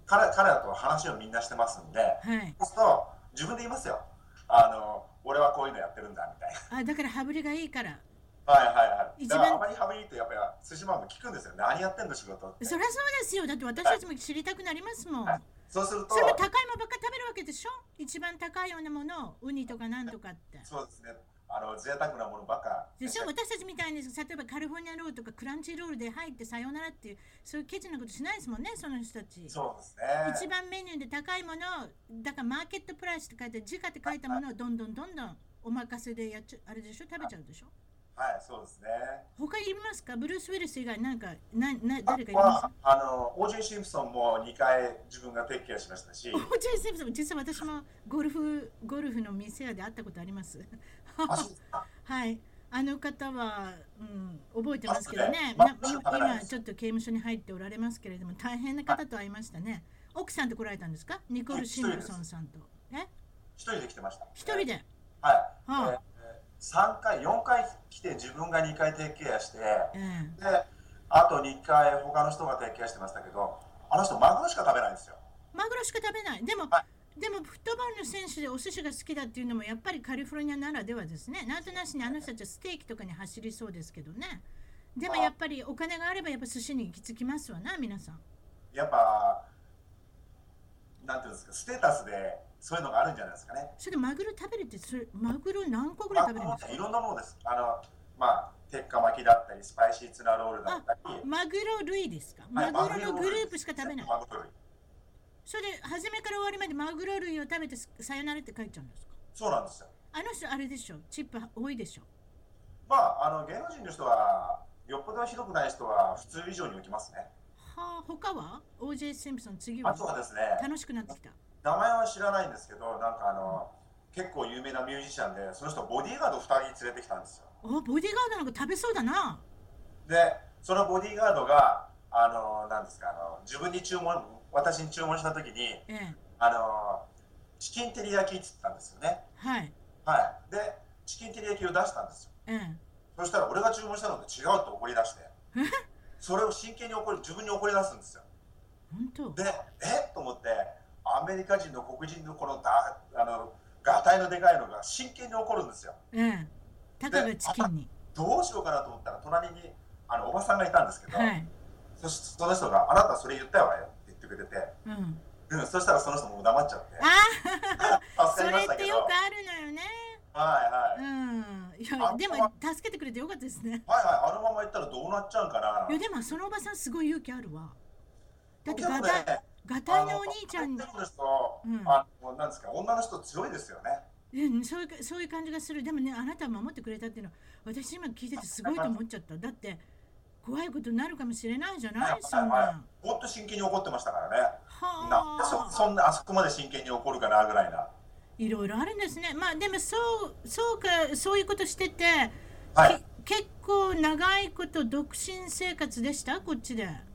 B: 彼彼らと話をみんなしてますんで、
A: はい
B: そうすると自分で言いますよ。あの俺はこういうのやってるんだみたいな。
A: あだから羽振りがいいから
B: はいはいはい。
A: 一
B: だ
A: 番
B: からあまりハブリってやっぱり寿司マンも聞くんですよ。何やってんの仕事って。
A: そりゃそうですよだって私たちも知りたくなりますもん
B: はいそうすると
A: それも高いもんばっか食べるわけでしょ一番高いようなものをウニとかなんとかって
B: そうですね。あの贅沢なものばっか。
A: でしょ私たちみたいに例えばカリフォルニアロールとかクランチロールで入ってさよならっていうそういうケチなことしないですもんねその人たち
B: そうです
A: 一
B: ね。
A: 番メニューで高いものをだからマーケットプライスって書いて時価って書いたものをどんどんどんどんお任せでやっちゃあれでしょ食べちゃうでしょ
B: はいそうですね。
A: 他いますかブルース・ウィルス以外なんかなな誰かいます
B: はあのオージェイ・シンプソンも2回自分が撤去しましたし
A: オージェイ・セブンも実は私もゴルフゴルフの店屋で会ったことあります
B: あそうですか
A: はい、あの方は、うん、覚えてますけどね、
B: ま
A: な
B: あまあまあ
A: 今ちょっと刑務所に入っておられますけれども、大変な方と会いましたね。奥さんと来られたんですかニコル・シンプソンさんと。え
B: 一人で来てました
A: 一人で、
B: はい、
A: はあ
B: えー3回4回来て自分が2回撤去して
A: え
B: で
A: え
B: あと2回他の人が撤去してましたけどあの人マグロしか食べないんですよ
A: マグロしか食べない。でも、
B: は
A: でもフットボールの選手でお寿司が好きだっていうのもやっぱりカリフォルニアならではですね。なんとなしにあの人たちはステーキとかに走りそうですけどね。でもやっぱりお金があればやっぱ寿司に行き着きますわな、皆さん。
B: やっぱなんていうんですかステータスでそういうのがあるんじゃないですかね
A: それでマグロ食べるってそれマグロ何個ぐらい
B: マ
A: 食
B: グ
A: べるんで
B: ロっ
A: すか
B: ていろんなものですあのまあ鉄火巻きだったりスパイシーツナロールだったり
A: マグロ類ですか、
B: はい
A: マグロのグループしか食べない。
B: マグロ類
A: それで初めから終わりまでマグロ類を食べてさよならって書いちゃうんですか
B: そうなんですよ。
A: あの人あれでしょチップ多いでしょ
B: まあ、あの芸能人の人は、よっぽどひどくない人は普通以上に起きますね。
A: はあ他は ?OJ シンプソン次
B: あ
A: は
B: とはですね、
A: 楽しくなってきた
B: 名前は知らないんですけど、なんかあの、結構有名なミュージシャンで、その人ボディーガード2人連れてきたんですよ。
A: おボディーガードなんか食べそうだな
B: で、そのボディーガードが、あの、なんですか、あの、自分に注文、私に注文した時に、
A: ええ
B: あの、チキン照り焼きって言ったんですよね。
A: はい
B: はい。で、チキン照り焼きを出したんですよ。
A: ええ
B: そしたら俺が注文したのと違うって怒り出して、それを真剣に怒り、自分に怒り出すんですよ。
A: 本当
B: で、えっと思って、アメリカ人の黒人のこのだ、あの、がたいのでかいのが真剣に怒るんですよ。
A: ええたかがチキンに
B: どうしようかなと思ったら、隣に、あの、おばさんがいたんですけど、
A: はい
B: そしその人が、あなたそれ言ったわよって言ってくれて、
A: うん
B: うん、そしたらその人も黙っちゃって、
A: ああ
B: [LAUGHS]
A: そ
B: 助かりま
A: れ
B: した
A: っ
B: け
A: て
B: ど、
A: よく
B: はい
A: あるのよね
B: はい。
A: うんいや
B: あ
A: でも助けてくれてよかったですね
B: はいはい、あのまま行ったらどうなっちゃうんかない
A: や。でもそのおばさんすごい勇気あるわだって
B: で
A: ガ
B: も
A: タイ
B: ね
A: ガタイのお兄ちゃん
B: あ
A: に
B: の男の人、
A: うん
B: あの、なんですか、女の人強いですよね。
A: うん、そういうかそういう感じがするでもねあなたを守ってくれたっていうのは私今聞いててすごいと思っちゃっただって怖いことになるかもしれないじゃないそんな
B: はいもっと真剣に怒ってましたからね。なそ
A: はあ
B: そんなあそこまで真剣に怒るかなぐらいな。
A: いろいろあるんですねまあでもそうそうかそういうことしてて、
B: はい。
A: け結構長いこと独身生活でしたこっちでね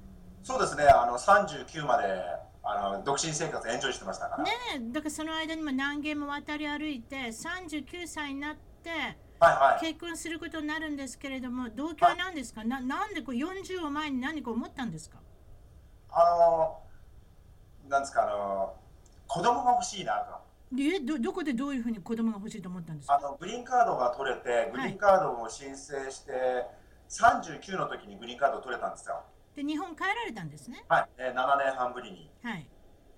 B: そうですね。あの三十九まであの独身生活エンジョイしてましたから。
A: えだからその間にも何軒も渡り歩いて39歳になって
B: はいはい。
A: 結婚することになるんですけれども同居は何ですかななんでこう40を前に何か思ったんですか
B: あのなんですかあの子供が欲しいなと。
A: でどどこでどういうふうに子供が欲しいと思ったんです
B: あ
A: か
B: のグリーンカードが取れてグリーンカードを申請して三十九の時にグリーンカード取れたんですよ。
A: で日本帰られたんですね
B: はい。え七年半ぶりに。
A: はい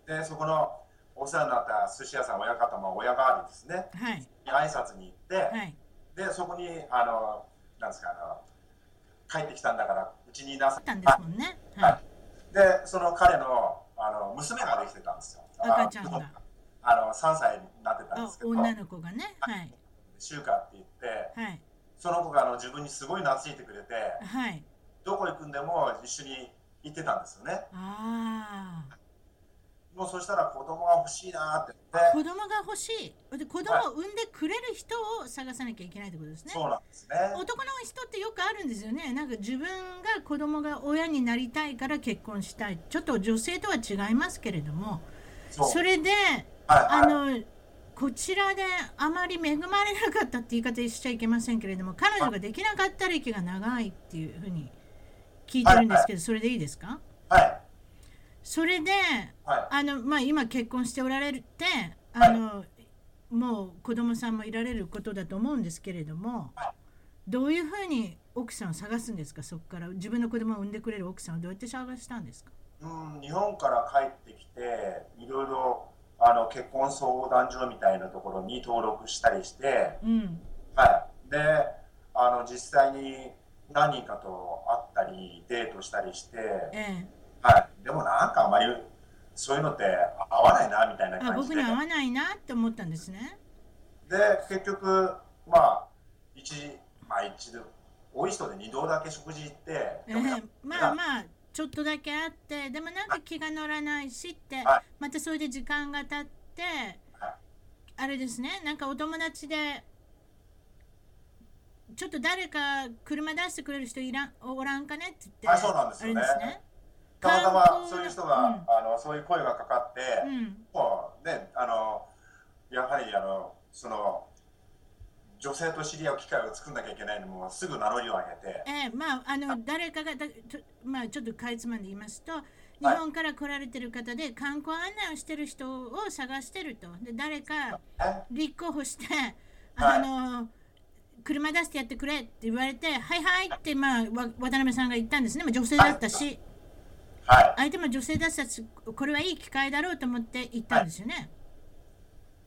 B: でそこのお世話になった寿司屋さん親方も親代わりですね。
A: はい
B: 挨拶に行って。
A: はい
B: でそこにあのなんですかあの帰ってきたんだからうちにいな
A: あ
B: さ
A: っ
B: い
A: たんですもんね
B: は
A: はい
B: でその彼のあの娘ができてたんですよ
A: 赤ちゃんが
B: あの3歳になってたん
A: あ
B: ですけど
A: 女の子がねはい
B: 週華って言って
A: はい
B: その子があの自分にすごい懐いてくれて
A: はい
B: どこ行くんでも一緒に行ってたんですよね
A: ああ
B: もうそしたら子供が欲しいなって言って
A: 子供が欲しいで子供を産んでくれる人を探さなきゃいけないってことですね
B: そうなんですね
A: 男の人ってよくあるんですよねなんか自分が子供が親になりたいから結婚したいちょっと女性とは違いますけれども
B: そう
A: それで
B: はい
A: あ
B: はい
A: のこちらであまり恵まれなかったって言い方しちゃいけませんけれども彼女ができなかった歴が長いっていうふうに聞いてるんですけどそれでいいですか
B: はい
A: それで
B: はい
A: あの、まあ、今結婚しておられるってあのもう子供さんもいられることだと思うんですけれども
B: はい
A: どういうふうに奥さんを探すんですかそこから自分の子供を産んでくれる奥さんをどうやって探したんですか
B: うん、日本から帰ってきて、いろいろあの結婚相談所みたいなところに登録したりして、
A: うん
B: はい、であの実際に何人かと会ったり、デートしたりして、
A: ええ
B: はい、でもなんかあまりそういうのって合わないなみたいな
A: あ
B: 感じ
A: 僕
B: で、
A: に合わないなって思ったんですね
B: で結局、まあ、一まあ、一度、多い人で2度だけ食事行って、
A: え
B: でもやっ
A: え
B: ぱ
A: まあまあちょっとだけあってでもなんか気が乗らないしって
B: はい
A: またそれで時間が経って
B: はい
A: あれですねなんかお友達でちょっと誰か車出してくれる人いらんおらんかねって言って
B: あそうなんですよね
A: あれですね
B: たまた
A: 観光
B: ま
A: の
B: そういう人が、あのそういう声がかかって。
A: うん
B: もうね、あの、やはり、あの、その、女性と知り合う機会を作んなきゃいけないのも、すぐ名乗りを上げて、
A: ええまああの誰かがだとまあちょっとかいつまんで言いますと日本から来られてる方で観光案内をしてる人を探してるとで誰か
B: え
A: 立候補して、
B: はい
A: あの車出してやってくれって言われて、はいはいって、まあ、わ渡辺さんが言ったんですね、まあ、女性だったし、
B: はい。
A: 相手も女性だったし、これはいい機会だろうと思って行ったんですよね。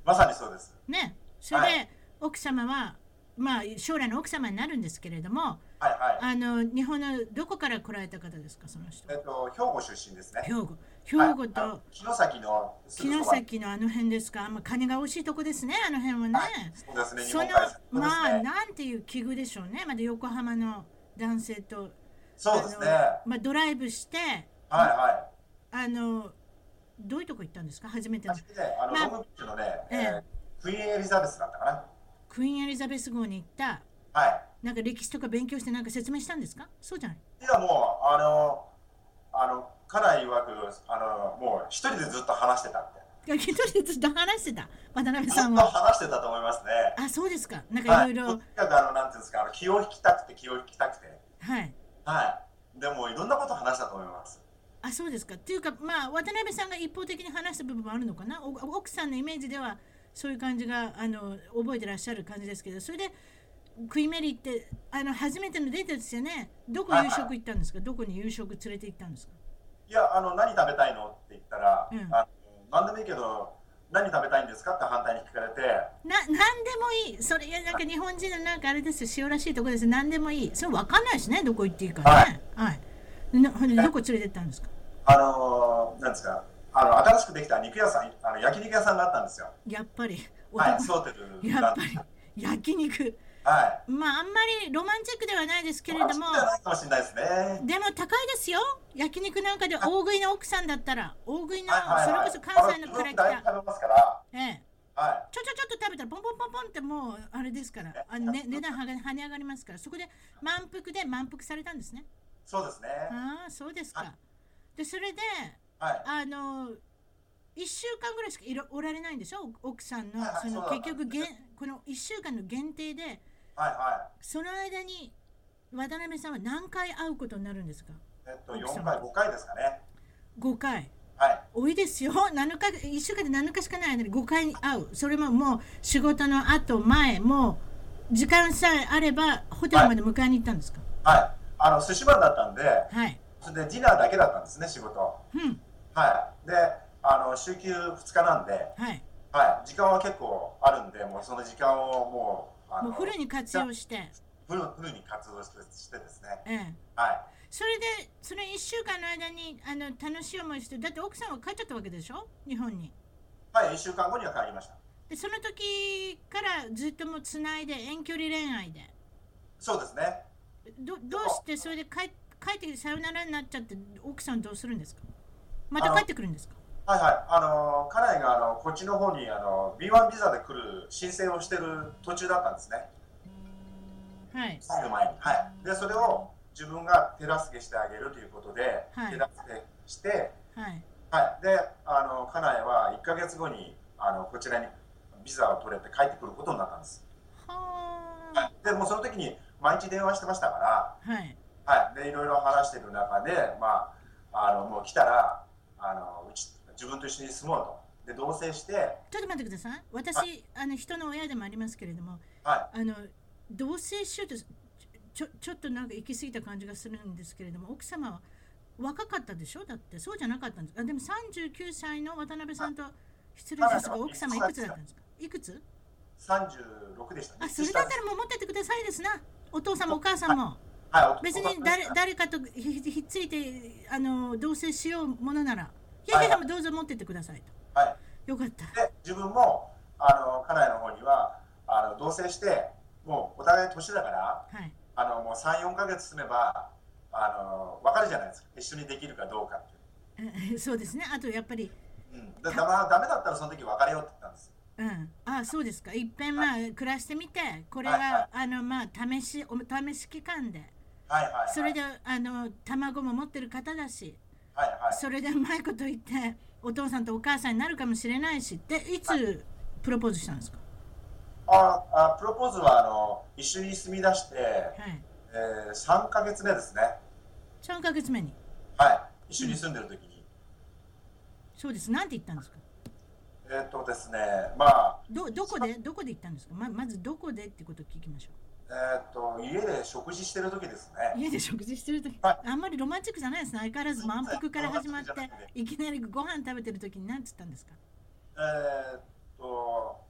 B: まさにそうです。
A: ねそれで、
B: はい
A: 奥様は、まあ、将来の奥様になるんですけれども、
B: はいはい。
A: あの日本のどこから来られた方ですか、その人
B: え。っと、兵庫出身ですね。
A: 兵庫。兵庫
B: あの
A: と
B: 城崎のすぐ
A: 城
B: そば
A: 崎のあの辺ですか、まあ、金が惜しいとこですね、あの辺はね。
B: そうですね、日
A: その
B: 本海そうで
A: ますあ
B: ね。
A: なんていう器具でしょうねまだ横浜の男性と
B: そうですね。
A: あ
B: は
A: のまあ、ドライブして
B: いは
A: あのどういうとこ行ったんですか初め
B: い。
A: ての
B: 初めて、あの、
A: まあ
B: ロングビーチのね、
A: え
B: え
A: え
B: ークイーンエリザベスだったかな。
A: クイーンエリザベス号に行った
B: はい。
A: なんか歴史とか勉強してなんか説明したんですかそうじゃない
B: いやもうあのあの家内曰くあのもう一人でずっと話してたって
A: いや一人ずっと話してた渡辺
B: ずっ
A: さ
B: と
A: んは
B: 話してたと思いますね
A: あそうですかなんかいろい
B: は
A: ろ
B: とにかくあのなんていうんですかあの気を引きたくて気を引きたくて
A: はい
B: はいでもいろんなこと話したと思います
A: あそうですかっていうかまあ渡辺さんが一方的に話した部分もあるのかなお奥さんのイメージではそういう感じがあの覚えてらっしゃる感じですけどそれでクイメリーってあの初めてのデートですよねどこ夕食行ったんですかどこに夕食連れて行ったんですか
B: いやあの何食べたいのって言ったら、
A: うん
B: あの何でもいいけど何食べたいんですかって反対に聞かれて
A: な何でもいいそれいやなんか日本人のなんかあれですよ塩らしいとこです何でもいいそれ分かんないしねどこ行っていいかねはい、なほんでどこ連れて行ったんですか
B: あのなんですかあの新しくできた肉屋さんあの焼肉屋さんがあったんですよ
A: やっぱり
B: はい
A: 男
B: ソーテル
A: や
B: だ
A: っぱり焼肉
B: はい
A: まああんまりロマンチックではないですけれども
B: あそうじゃないかもしれないですね
A: でも高いですよ焼肉なんかで大食いの奥さんだったら大食いの
B: はい
A: そ
B: はい
A: れ
B: はい
A: こそ関西の
B: あ自
A: クラ
B: 分で
A: キ
B: 大
A: タ
B: 体食べますから、
A: ええ
B: は
A: ちょちょちょっと食べたらポンポンポンポンってもうあれですからあの、ね、値段はが跳ね上がりますからそこで満腹で満腹されたんですね
B: い、そうですね。
A: ああそうですかでそれで
B: はい、
A: あの1週間ぐらいしかいろおられないんでしょ奥さんの
B: はいはい
A: その
B: そうなん
A: 結
B: です
A: 局げんこの1週間の限定で
B: はい、は
A: その間に渡辺さんは何回会うことになるんですか
B: い。えっと、
A: 奥様
B: 四回、五回ですかね。
A: 5回
B: はい、
A: 多いですよ7か1週間で7日しかない間に5回会うそれももう仕事の後前もう時間さえあればホテルまで迎えに行ったんですか
B: はい、あの寿司マンだったんで、
A: はい、
B: それでディナーだけだったんですね、仕事。
A: うん
B: はい、で、あの週休二日なんで、
A: はい
B: はい、時間は結構あるんで、もうその時間をもう。あ
A: もう
B: の
A: フルに活用して、
B: フル、フルに活動して、してですね。
A: ええ、
B: は
A: それでその1週間の間にあの楽しい思いしてだって奥さんは帰っちゃったわけでしょ日本に
B: い、はい、一週間後には帰りました。
A: でその時からずっともうつないで遠距離恋愛で
B: そうですね。
A: どどうしてそれで帰帰ってきてさよならになっちゃって奥さんどうするんですかまた帰ってくるんですか
B: はいはい、あの家内があのこっちの方にあの B1 ビザで来る申請をしてる途中だったんですね、
A: はい
B: 帰る前に。はい、でそれを自分が手助けしてあげるということで、
A: はい
B: 手助けして、
A: はい
B: はい、であの家内は1か月後にあのこちらにビザを取れて帰ってくることになったんです。
A: は
B: は
A: あ。
B: い、でもうその時に毎日電話してましたか
A: はい。
B: ら、はい、でいろいろ話してる中で、まあ、あのもう来たらあのうち自分と一緒に住もうと。で同棲して、はい、
A: ちょっと待ってください。私、
B: は
A: あの人の親でもありますけれども、
B: は
A: あの同棲しようとちょちょっとなんか行き過ぎた感じがするんですけれども、奥様は若かったでしょだってそうじゃなかったんです。あでも39歳の渡辺さんと失礼ですが、
B: はい
A: 奥様いくつだったんですかいくつ
B: 36でした、
A: あ、それだったらもう持ってってくださいですな。お父さんもお母さんも。
B: はい、
A: 別に誰誰かとひひひっついてあの同棲しようものなら、いや
B: はいい
A: や、でもどうぞ持ってってくださいと。
B: はい、
A: よかった。
B: で自分もあの家内の方にはあの同棲してもうお互い年だから
A: はい。
B: あのもう34か月住めばあの分かるじゃないですか一緒にできるかどうかって、
A: え [LAUGHS] そうですね。あとやっぱり、
B: うん、だだダメだったらその時別れようって言ったんです
A: うん、あそうですか。いっぺんまあ暮らしてみて、これ
B: はいは
A: はあのまあ試しお試し期間で、
B: はいはいはい
A: それであの卵も持ってる方だし、
B: はいはい
A: それでうまいこと言ってお父さんとお母さんになるかもしれないし、でいつプロポーズしたんですか。
B: ああプロポーズはあの一緒に住み出して、
A: はい。
B: えー、3か月目ですね
A: 三ヶ月目に。
B: はい一緒に住んでる時に、
A: そうです。なんて言ったんですか。
B: えっ、とですねまあ
A: どどこでどこで行ったんですか。ままずどこでってことを聞きましょ
B: えっ、と家で食事してる時です
A: う。
B: ね
A: 家で食事してる時、
B: は
A: あんまりロマンチックじゃないですね。相変わらず満腹から始まって
B: ロマンチックじゃなく、
A: いきなりご飯食べてる時に何つったんですか。
B: えーっと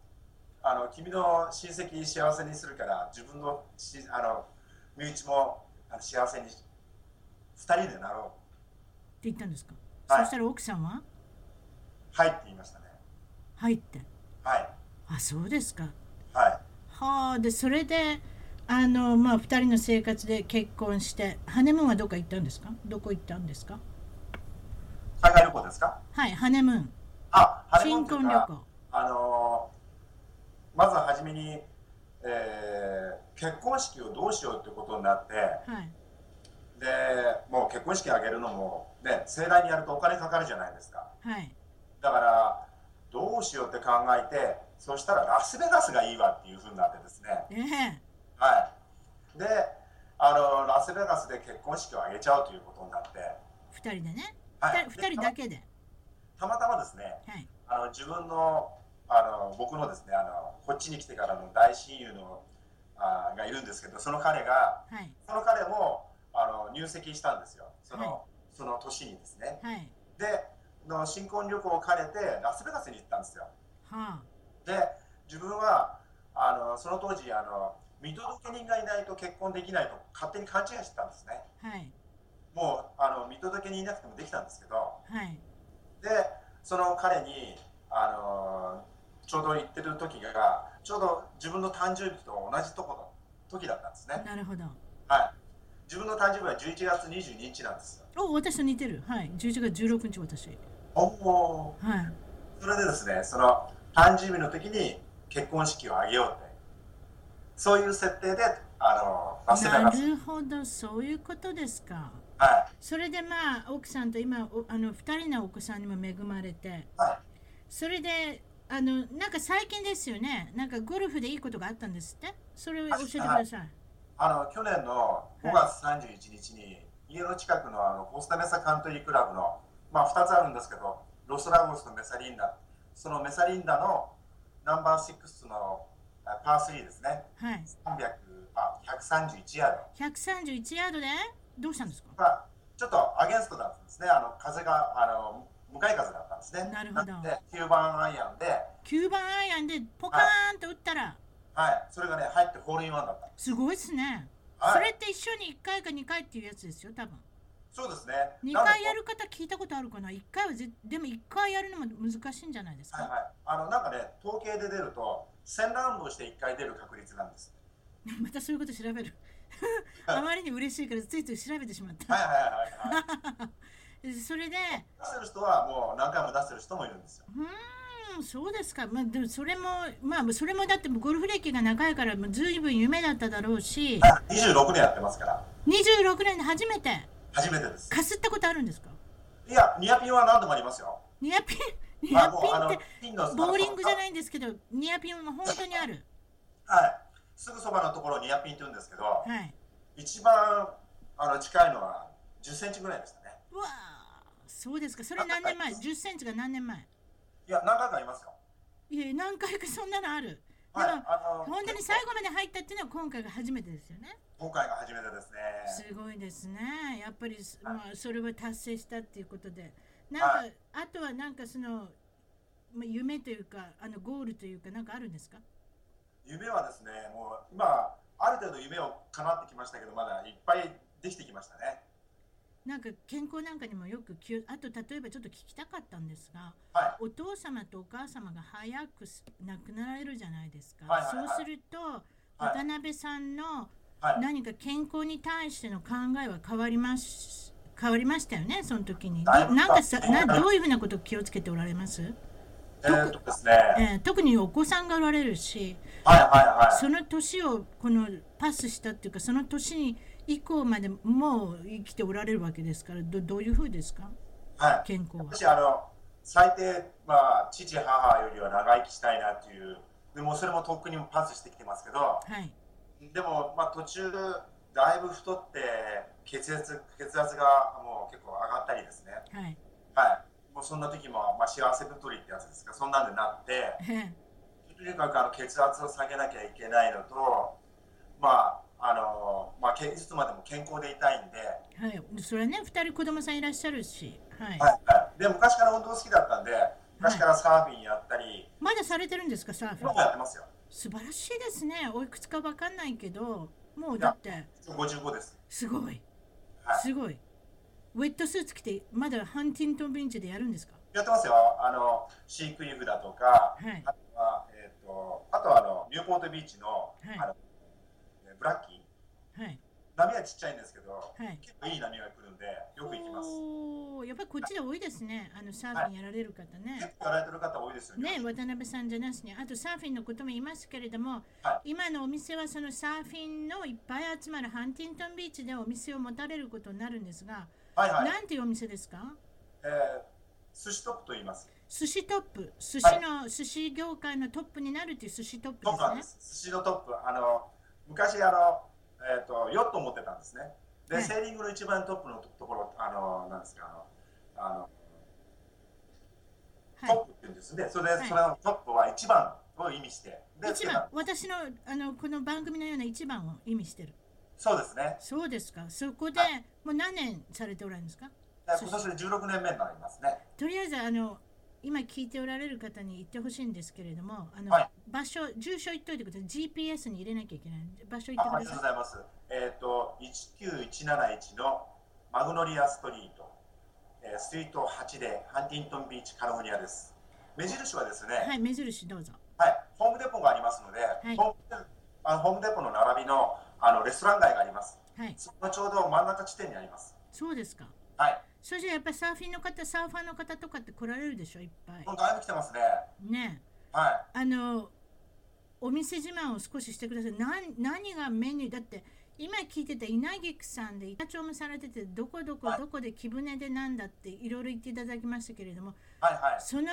B: あの君の親戚幸せにするから自分のしあの身内もあの幸せに二人でなろ
A: って言ったんですか
B: うはい
A: そしたら奥さんは
B: はいって言いましたね。
A: 入って
B: はい。
A: あそうですか
B: はい。
A: はあでそれであのまあ2人の生活で結婚してハネムーンはどこか行ったんですかどこ行ったんですか
B: 海外旅行ですか
A: はいハネムーン
B: あ、ハネムーン
A: 新
B: と
A: 婚
B: いう
A: 旅
B: か
A: 行
B: あのーまずはじめに、えー結婚式をどうしようってことになって、
A: はい
B: で、もう結婚式あげるのも、ね、盛大にやるとお金かかるじゃないですか。
A: はい
B: だから、どうしようって考えて、そしたらラスベガスがいいわっていうふうになってですね。
A: ええ
B: はい。で、あの、ラスベガスで結婚式を挙げちゃうということになって、
A: 二人でね
B: は
A: 二
B: い。
A: 人
B: で
A: 二人だけで
B: たまたまですね、
A: はい
B: あの自分のあの僕のですねあのこっちに来てからの大親友のあがいるんですけどその彼が
A: はい
B: その彼もあの入籍したんですよその,、
A: は
B: その年にですね
A: はい
B: での新婚旅行を兼ねてラスベガスに行ったんですよ
A: はあ
B: で自分はあのその当時あの見届け人がいないと結婚できないと勝手に勘違いしてたんですね
A: はい
B: もうあの見届け人いなくてもできたんですけど
A: はい
B: でその彼に、あのーちょうど行ってる時がちょうど自分の誕生日と同じとこの時だったんですね
A: なるほど
B: はい自分の誕生日は11月22日なんですよ
A: お私と似てるはい11月16日私
B: おお
A: はい
B: それでですねその誕生日の時に結婚式を挙げようってそういう設定であのーラスベ
A: な
B: ガス
A: るほどそういうことですか
B: は
A: それでまあ奥さんと今おあの2人のお子さんにも恵まれて
B: いはい
A: それであのなんか最近ですよねなんかゴルフでいいことがあったんですってそれを教えてください
B: あの去年の5月31日に家の近くのあのコスタメサカントリークラブの、まあ、2つあるんですけどロスラゴスとメサリンダそのメサリンダのナンバー6のあパー3ですね
A: はい
B: 300あ131ヤー
A: 131ヤードでどうしたんですか
B: ドがちょっとアゲンストだったんですねあの風があの向かい風だったんですね
A: なるほど
B: んで9番アイアンで、
A: 9番アイアンでポカーンと打ったら
B: はい、それがね入ってホールインワンだった
A: すごいですね
B: はい
A: それって一緒に1回か2回っていうやつですよ多分
B: そうですね
A: 2
B: なので
A: 回やる方聞いたことあるかな1回はぜでも1回やるのも難しいんじゃないです
B: はい
A: か
B: はい、あのなんかね、統計で出ると、1000ラウンドして1回出る確率なんです。
A: [LAUGHS] またそういうこと調べるあまりに嬉しいからついつい調べてしまった
B: はいはいはい、はい。
A: それで、
B: 出せる人はもう何回も出してる人もいるんですよ。
A: うん、そうですか、まあ、でもそれも、まあ、それもだってゴルフ歴が長いから、もう随分夢だっただろうし、
B: はい、26年やってますから、
A: 26年で初めて、
B: 初めてです。
A: かすったことあるんですか
B: いや、ニアピンは何度もありますよ。
A: ニアピン、ニア
B: まあ、もうあ
A: ピンっ
B: の
A: て、、
B: ピンの
A: ボーリングじゃ
B: い
A: ないんですけど、ニアピンは本当にある。
B: はい。すぐそばのところをニアピンって言うんですけど、
A: はい。
B: 一番あの近いのは10センチぐらいでしたね。
A: うわあ、そうですか、それ何年前 ?10 センチが何年前
B: いや、何回かありますよ。
A: いや、何回かそんなのある。で
B: はい、
A: も、
B: あの、
A: 本当に最後まで入ったっていうのは今回が初めてですよね。
B: 今回が初めてですね。
A: すごいですね。やっぱりす、
B: はい
A: まあ、それは達成したっていうことで。なんか、あとはなんかその、まあ、夢というか、あのゴールというか、なんかあるんですか
B: 夢はですね、もう今、ある程度夢を叶ってきましたけど、まだいっぱいできてきましたね。
A: なんか健康なんかにもよく気をあと例えばちょっと聞きたかったんですが
B: は
A: お父様とお母様が早くす亡くなられるじゃないですか、
B: はいはいはい
A: そうすると、渡辺さんの
B: い、はい、
A: 何か健康に対しての考えは変わります変わりましたよねその時に
B: だい
A: な
B: ぶ
A: なんかさな
B: 変わった
A: どういうふうなことを気をつけておられます
B: えーっとですね、はい
A: えー特にお子さんがおられるし
B: はいは
A: その年をこのパスしたっていうかその年に以降までもう生きておられるわけですからどどういうふうですか
B: い、はい。
A: 健康は。
B: 私あの最低まあ父母よりは長生きしたいなっていう、でもうそれもとっくにもパスしてきてますけど、
A: はい
B: でもまあ途中だいぶ太って血圧血圧がもう結構上がったりですね、
A: はい [LAUGHS]
B: はい。もうそんな時もまあ幸せ太りってやつですか、そんなんでなって。
A: ええ
B: とにかくあの血圧を下げなきゃいけないのと、まああのまあ、けいつまでも健康でいたいんで、
A: はい、それはね2人子供さんいらっしゃるし、はい
B: はいはい、で昔から運動好きだったんで昔からサーフィンやったり、
A: まだされてるんですかサーフ
B: 今
A: ィ
B: も
A: ン
B: やってますよ
A: 素晴らしいですねおいくつかわかんないけどもうだって
B: 55です、
A: すごい
B: はい、
A: すごいウェットスーツ着て、まだハンティントンビーチでやるんですか
B: やってますよ。あの、シークイーフだとか、
A: はい
B: あとは、えっ、と、あとはあの、ニューポートビーチの、
A: はい
B: あの、えーブラッキー。
A: はい。
B: 波はちっちゃいんですけど、
A: はい
B: 結構いい波が来るんで、よく行きます。
A: おーやっぱりこっちで多いですね。あのサーフィンやられる方ね
B: 結。構やられてる方多いですよ
A: ね、
B: ね。
A: 渡辺さんじゃなしに、あとサーフィンのことも言いますけれども、
B: は
A: 今のお店はそのサーフィンのいっぱい集まるハンティントンビーチでお店を持たれることになるんですが、
B: はいはい。
A: なんていうお店ですか
B: えー、寿司トップと言います。
A: 寿司トップ、寿司の、寿司業界のトップになるっていう寿司トップ
B: トップなん
A: で
B: です
A: ね。
B: す。寿司のトップ。あの、昔、あの、えっ、と、ヨット持ってたんですね。で、
A: はい
B: セーリングの一番トップのところ、あの、なんですか、あの、あの
A: は
B: トッ
A: い。
B: プって言うんですね。それで、
A: はい
B: それのトップは一番を意味して。で、
A: 一番、私のあのこの番組のような一番を意味してる。
B: そうですね。
A: そうですか。そこで
B: は
A: もう何年されておられるんですか
B: で今年で16年目になりますね。
A: とりあえずあの今聞いておられる方に言ってほしいんですけれどもあの、
B: はい
A: 場所住所言っといてください GPS に入れなきゃいけない場所言って
B: ああ
A: く
B: り
A: だ
B: がとうご
A: さ
B: ざいます。えっ、と、19171のマグノリアストリート、えーストリート8でハンティントンビーチ、カリフォルニアです。目印はですね、
A: いはい目印どうぞ
B: はい、ホームデポがありますので、
A: い
B: ホームデあのホームデポの並びのあのレストラン街があります。
A: はい
B: そのちょうど真ん中地点にあります。
A: そうですか
B: はい、
A: それじゃあやっぱりサーフィンの方サーファーの方とかって来られるでしょいっぱい
B: もうだいぶ来てますね。
A: ねえ
B: は
A: あのお店自慢を少ししてくださいなん何がメニューだって今聞いてた稲菊さんで板長もされててどこどこどこで木舟でなんだっていろいろ言っていただきましたけれども
B: い、はい、はい、
A: その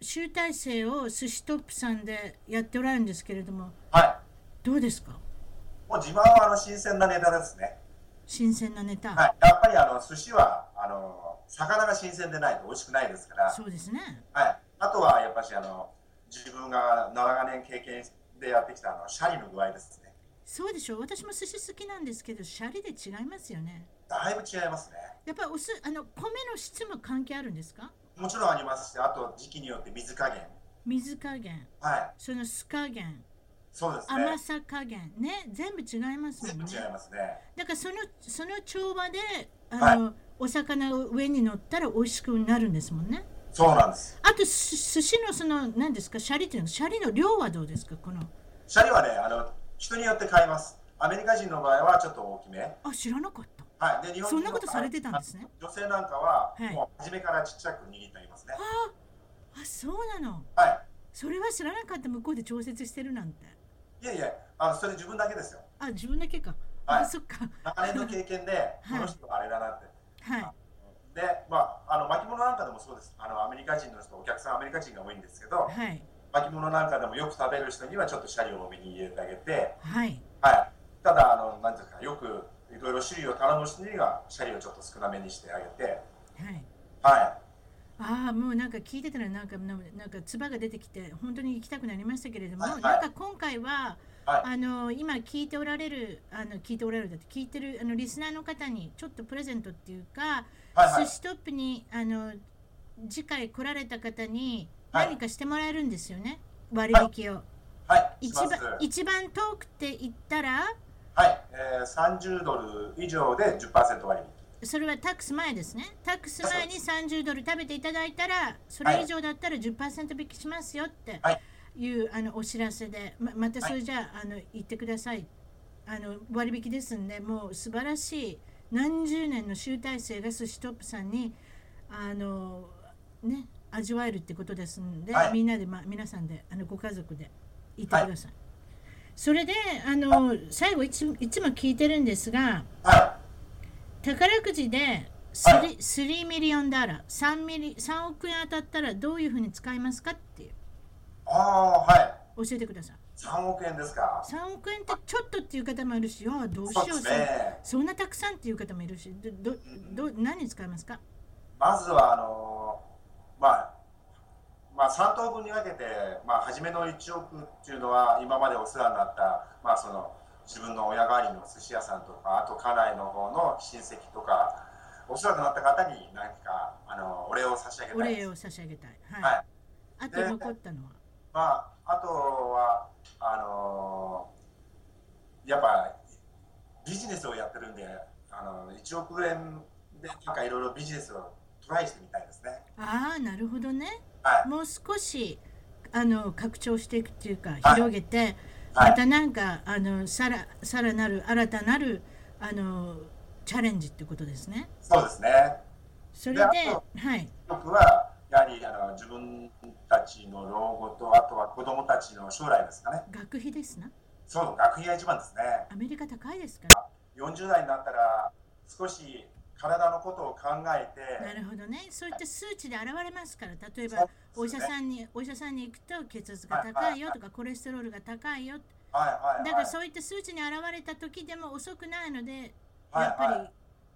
A: 集大成を寿司トップさんでやっておられるんですけれども
B: は
A: どうですか
B: い。もう自慢はあの新鮮なネタですね。
A: 新鮮なネタ、
B: はい、やっぱりあの寿司はあの魚が新鮮でないと美味しくないですから。
A: そうですね
B: はい、あとはやっぱしあの自分が長年経験でやってきたあのシャリの具合ですね。
A: そうでしょう私も寿司好きなんですけどシャリで違いますよね
B: だいぶ違いますね。
A: やっぱりお酢あの米の質も関係あるんですか
B: もちろんありますし、あと時期によって水加減。
A: 水加減
B: はい、
A: その酢加減
B: そうですね
A: 甘。さ加減ね全部違います
B: 全
A: も
B: 部
A: ん
B: 違い
A: ね
B: ますね。
A: だからそのその調和であの、お魚が上に乗ったら美味しくなるんですもんね
B: そうなんです。
A: あとす寿司のその何ですかシャリっていうのシャリの量はどうですかこの
B: シャリはね、あの人によって変えます。アメリカ人の場合はちょっと大きめ。
A: あ知らなかった
B: はい。で日本人
A: そんなことされてたんですね。
B: 女性なんかは、
A: はい
B: もう初めからちっちゃく握ってありますね。
A: あそうなの
B: は
A: それは知らなかった向こうで調節してるなんて
B: い。いえいえ、あのそれ自分だけですよ。
A: あ自分だけか、
B: はい
A: あそっか
B: 長年の経験で、
A: い
B: この人はあれだなって。
A: はい
B: で、まあ、あの巻物なんかでもそうです。あのアメリカ人の人、お客さんアメリカ人が多いんですけど、
A: はい
B: 巻物なんかでもよく食べる人にはちょっとシャリを多めに入れてあげて、
A: はい
B: はい。ただ、あの、なんていうか、よくいろいろ種類を頼む人にはシャリをちょっと少なめにしてあげて、
A: はい
B: は
A: ああもうなんか聞いてたらなんかななんか唾が出てきて本当に行きたくなりましたけれども、
B: はいはい
A: なんか今回は、
B: はい
A: あの今聞いておられるあの聞いておられるだって聞いてるあのリスナーの方にちょっとプレゼントっていうか、
B: はいはい
A: 寿司トップにあの次回来られた方に
B: はい
A: 何かしてもらえるんですよね、割引を、
B: い。はい。
A: 一
B: しま
A: 番
B: す。
A: 一番遠くって言ったら
B: はい。えー、30ドル以上で10%割引。
A: それはタックス前ですねタックス前に
B: そ
A: 30ドル食べていただいたらそれ以上だったら10%引きしますよって
B: はい
A: いう、あのお知らせでままた
B: はい
A: それじゃあ,、あの言ってくださいあの割引ですんでもう素晴らしい何十年の集大成が寿司トップさんにあのね味わえるってことですんで、
B: はい
A: みんなで、まあ、皆さんであのご家族で行ってください、それであの最後いついつも聞いてるんですが、
B: は
A: 宝くじで
B: は
A: 3, 3ミリオンダラー3ミリ3億円当たったらどういうふうに使いますかっていう
B: い。ああ、はい。
A: 教えてください
B: 3億円ですか。
A: 3億円ってちょっとっていう方もいるしああどうしよ
B: そう
A: う
B: です
A: そ,、
B: ね。
A: そんなたくさんっていう方もいるしどどど何に使いますか
B: まずはあのーまあまあ3等分に分けて、まあ、初めの1億っていうのは今までお世話になった、まあ、その自分の親代わりの寿司屋さんとかあと家内の方の親戚とかお世話になった方に何かあのお礼を差し上げ
A: お
B: た
A: 礼
B: いです。
A: を差し上げたい、はい
B: はい
A: あと残ったのは
B: まあ、あとはあのーやっぱビジネスをやってるんであの1億円で、なんかいろいろビジネスをトライしてみたいですね。
A: ああ、なるほどね。
B: はい。
A: もう少しあの拡張していくっていうか
B: はい
A: 広げて、
B: はい
A: またなんかあのさらさらなる新たなるあのチャレンジってことですね。
B: そうですね。
A: それで、
B: であと
A: はい。
B: 僕は、やはりあの自分たちの老後と、あとは子供たちの将来ですかね。
A: 学費ですな。
B: そう、学費が一番ですね。
A: アメリカ高いですから。
B: 40代になったら、少し体のことを考え
A: な
B: て、
A: るほどね。そういった数値で現れますから、例え
B: そう
A: ば
B: ですね
A: お医者さんにお医者さんに行くと血圧が高いよとかコレステロールが高いよ。
B: はいはいはい。
A: だからそういった数値に現れた時でも遅くないので、
B: はい
A: やっぱ
B: は
A: り
B: い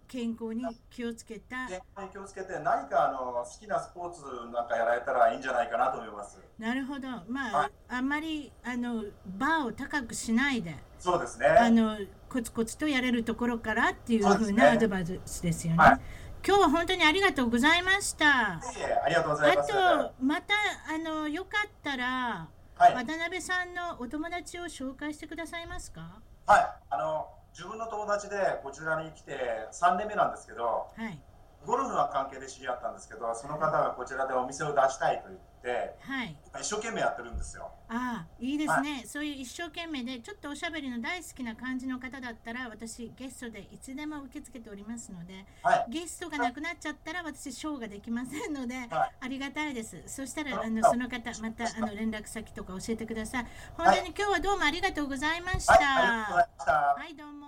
A: 健康に気をつけた。
B: 健康に気をつけて、何かあの好きなスポーツなんかやられたらいいんじゃないかなと思います。
A: なるほど、まあ、
B: はい
A: あんまりあのバーを高くしないで、
B: そうですね。
A: あのコツコツとやれるところからっていう
B: そう
A: ふ
B: で
A: う
B: すね
A: なアドバイスですよね。
B: はい
A: 今日は本当にありがとうございました。
B: いえいえありがとうございます。
A: あとまたあのよかったら、
B: はい。
A: 渡辺さんのお友達を紹介してくださいますか。
B: はい、あの自分の友達でこちらに来て3年目なんですけど、
A: はい
B: ゴルフの関係で知り合ったんですけど、その方がこちらでお店を出したいと言って、
A: はい。
B: 一生懸命やってるんですよ。
A: ああいいですね、そういう一生懸命でちょっとおしゃべりの大好きな感じの方だったら私ゲストでいつでも受け付けておりますので
B: はい、
A: ゲストがなくなっちゃったら私ショーができませんので、
B: はい
A: ありがたいですそしたら
B: あ
A: あの
B: あ
A: その方またあの連絡先とか教えてください本当に今日はどうもありがとうございました、
B: はい、ありがとうございました。
A: はいどうも。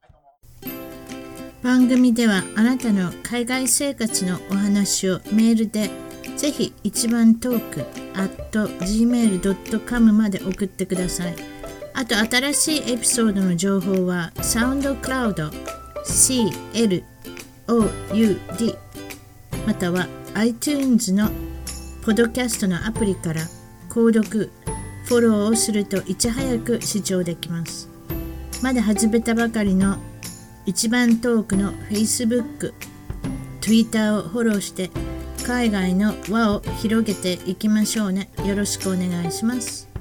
B: はいどうも
A: 番組ではあなたの海外生活のお話をメールでぜひ一番トーク at gmail.com まで送ってくださいあと新しいエピソードの情報はサウンドクラウド CLOUD または iTunes のポッドキャストのアプリから購読フォローをするといち早く視聴できますまだ始めたばかりの一番トークの Facebook、Twitter をフォローして海外の輪を広げていきましょうね。よろしくお願いします。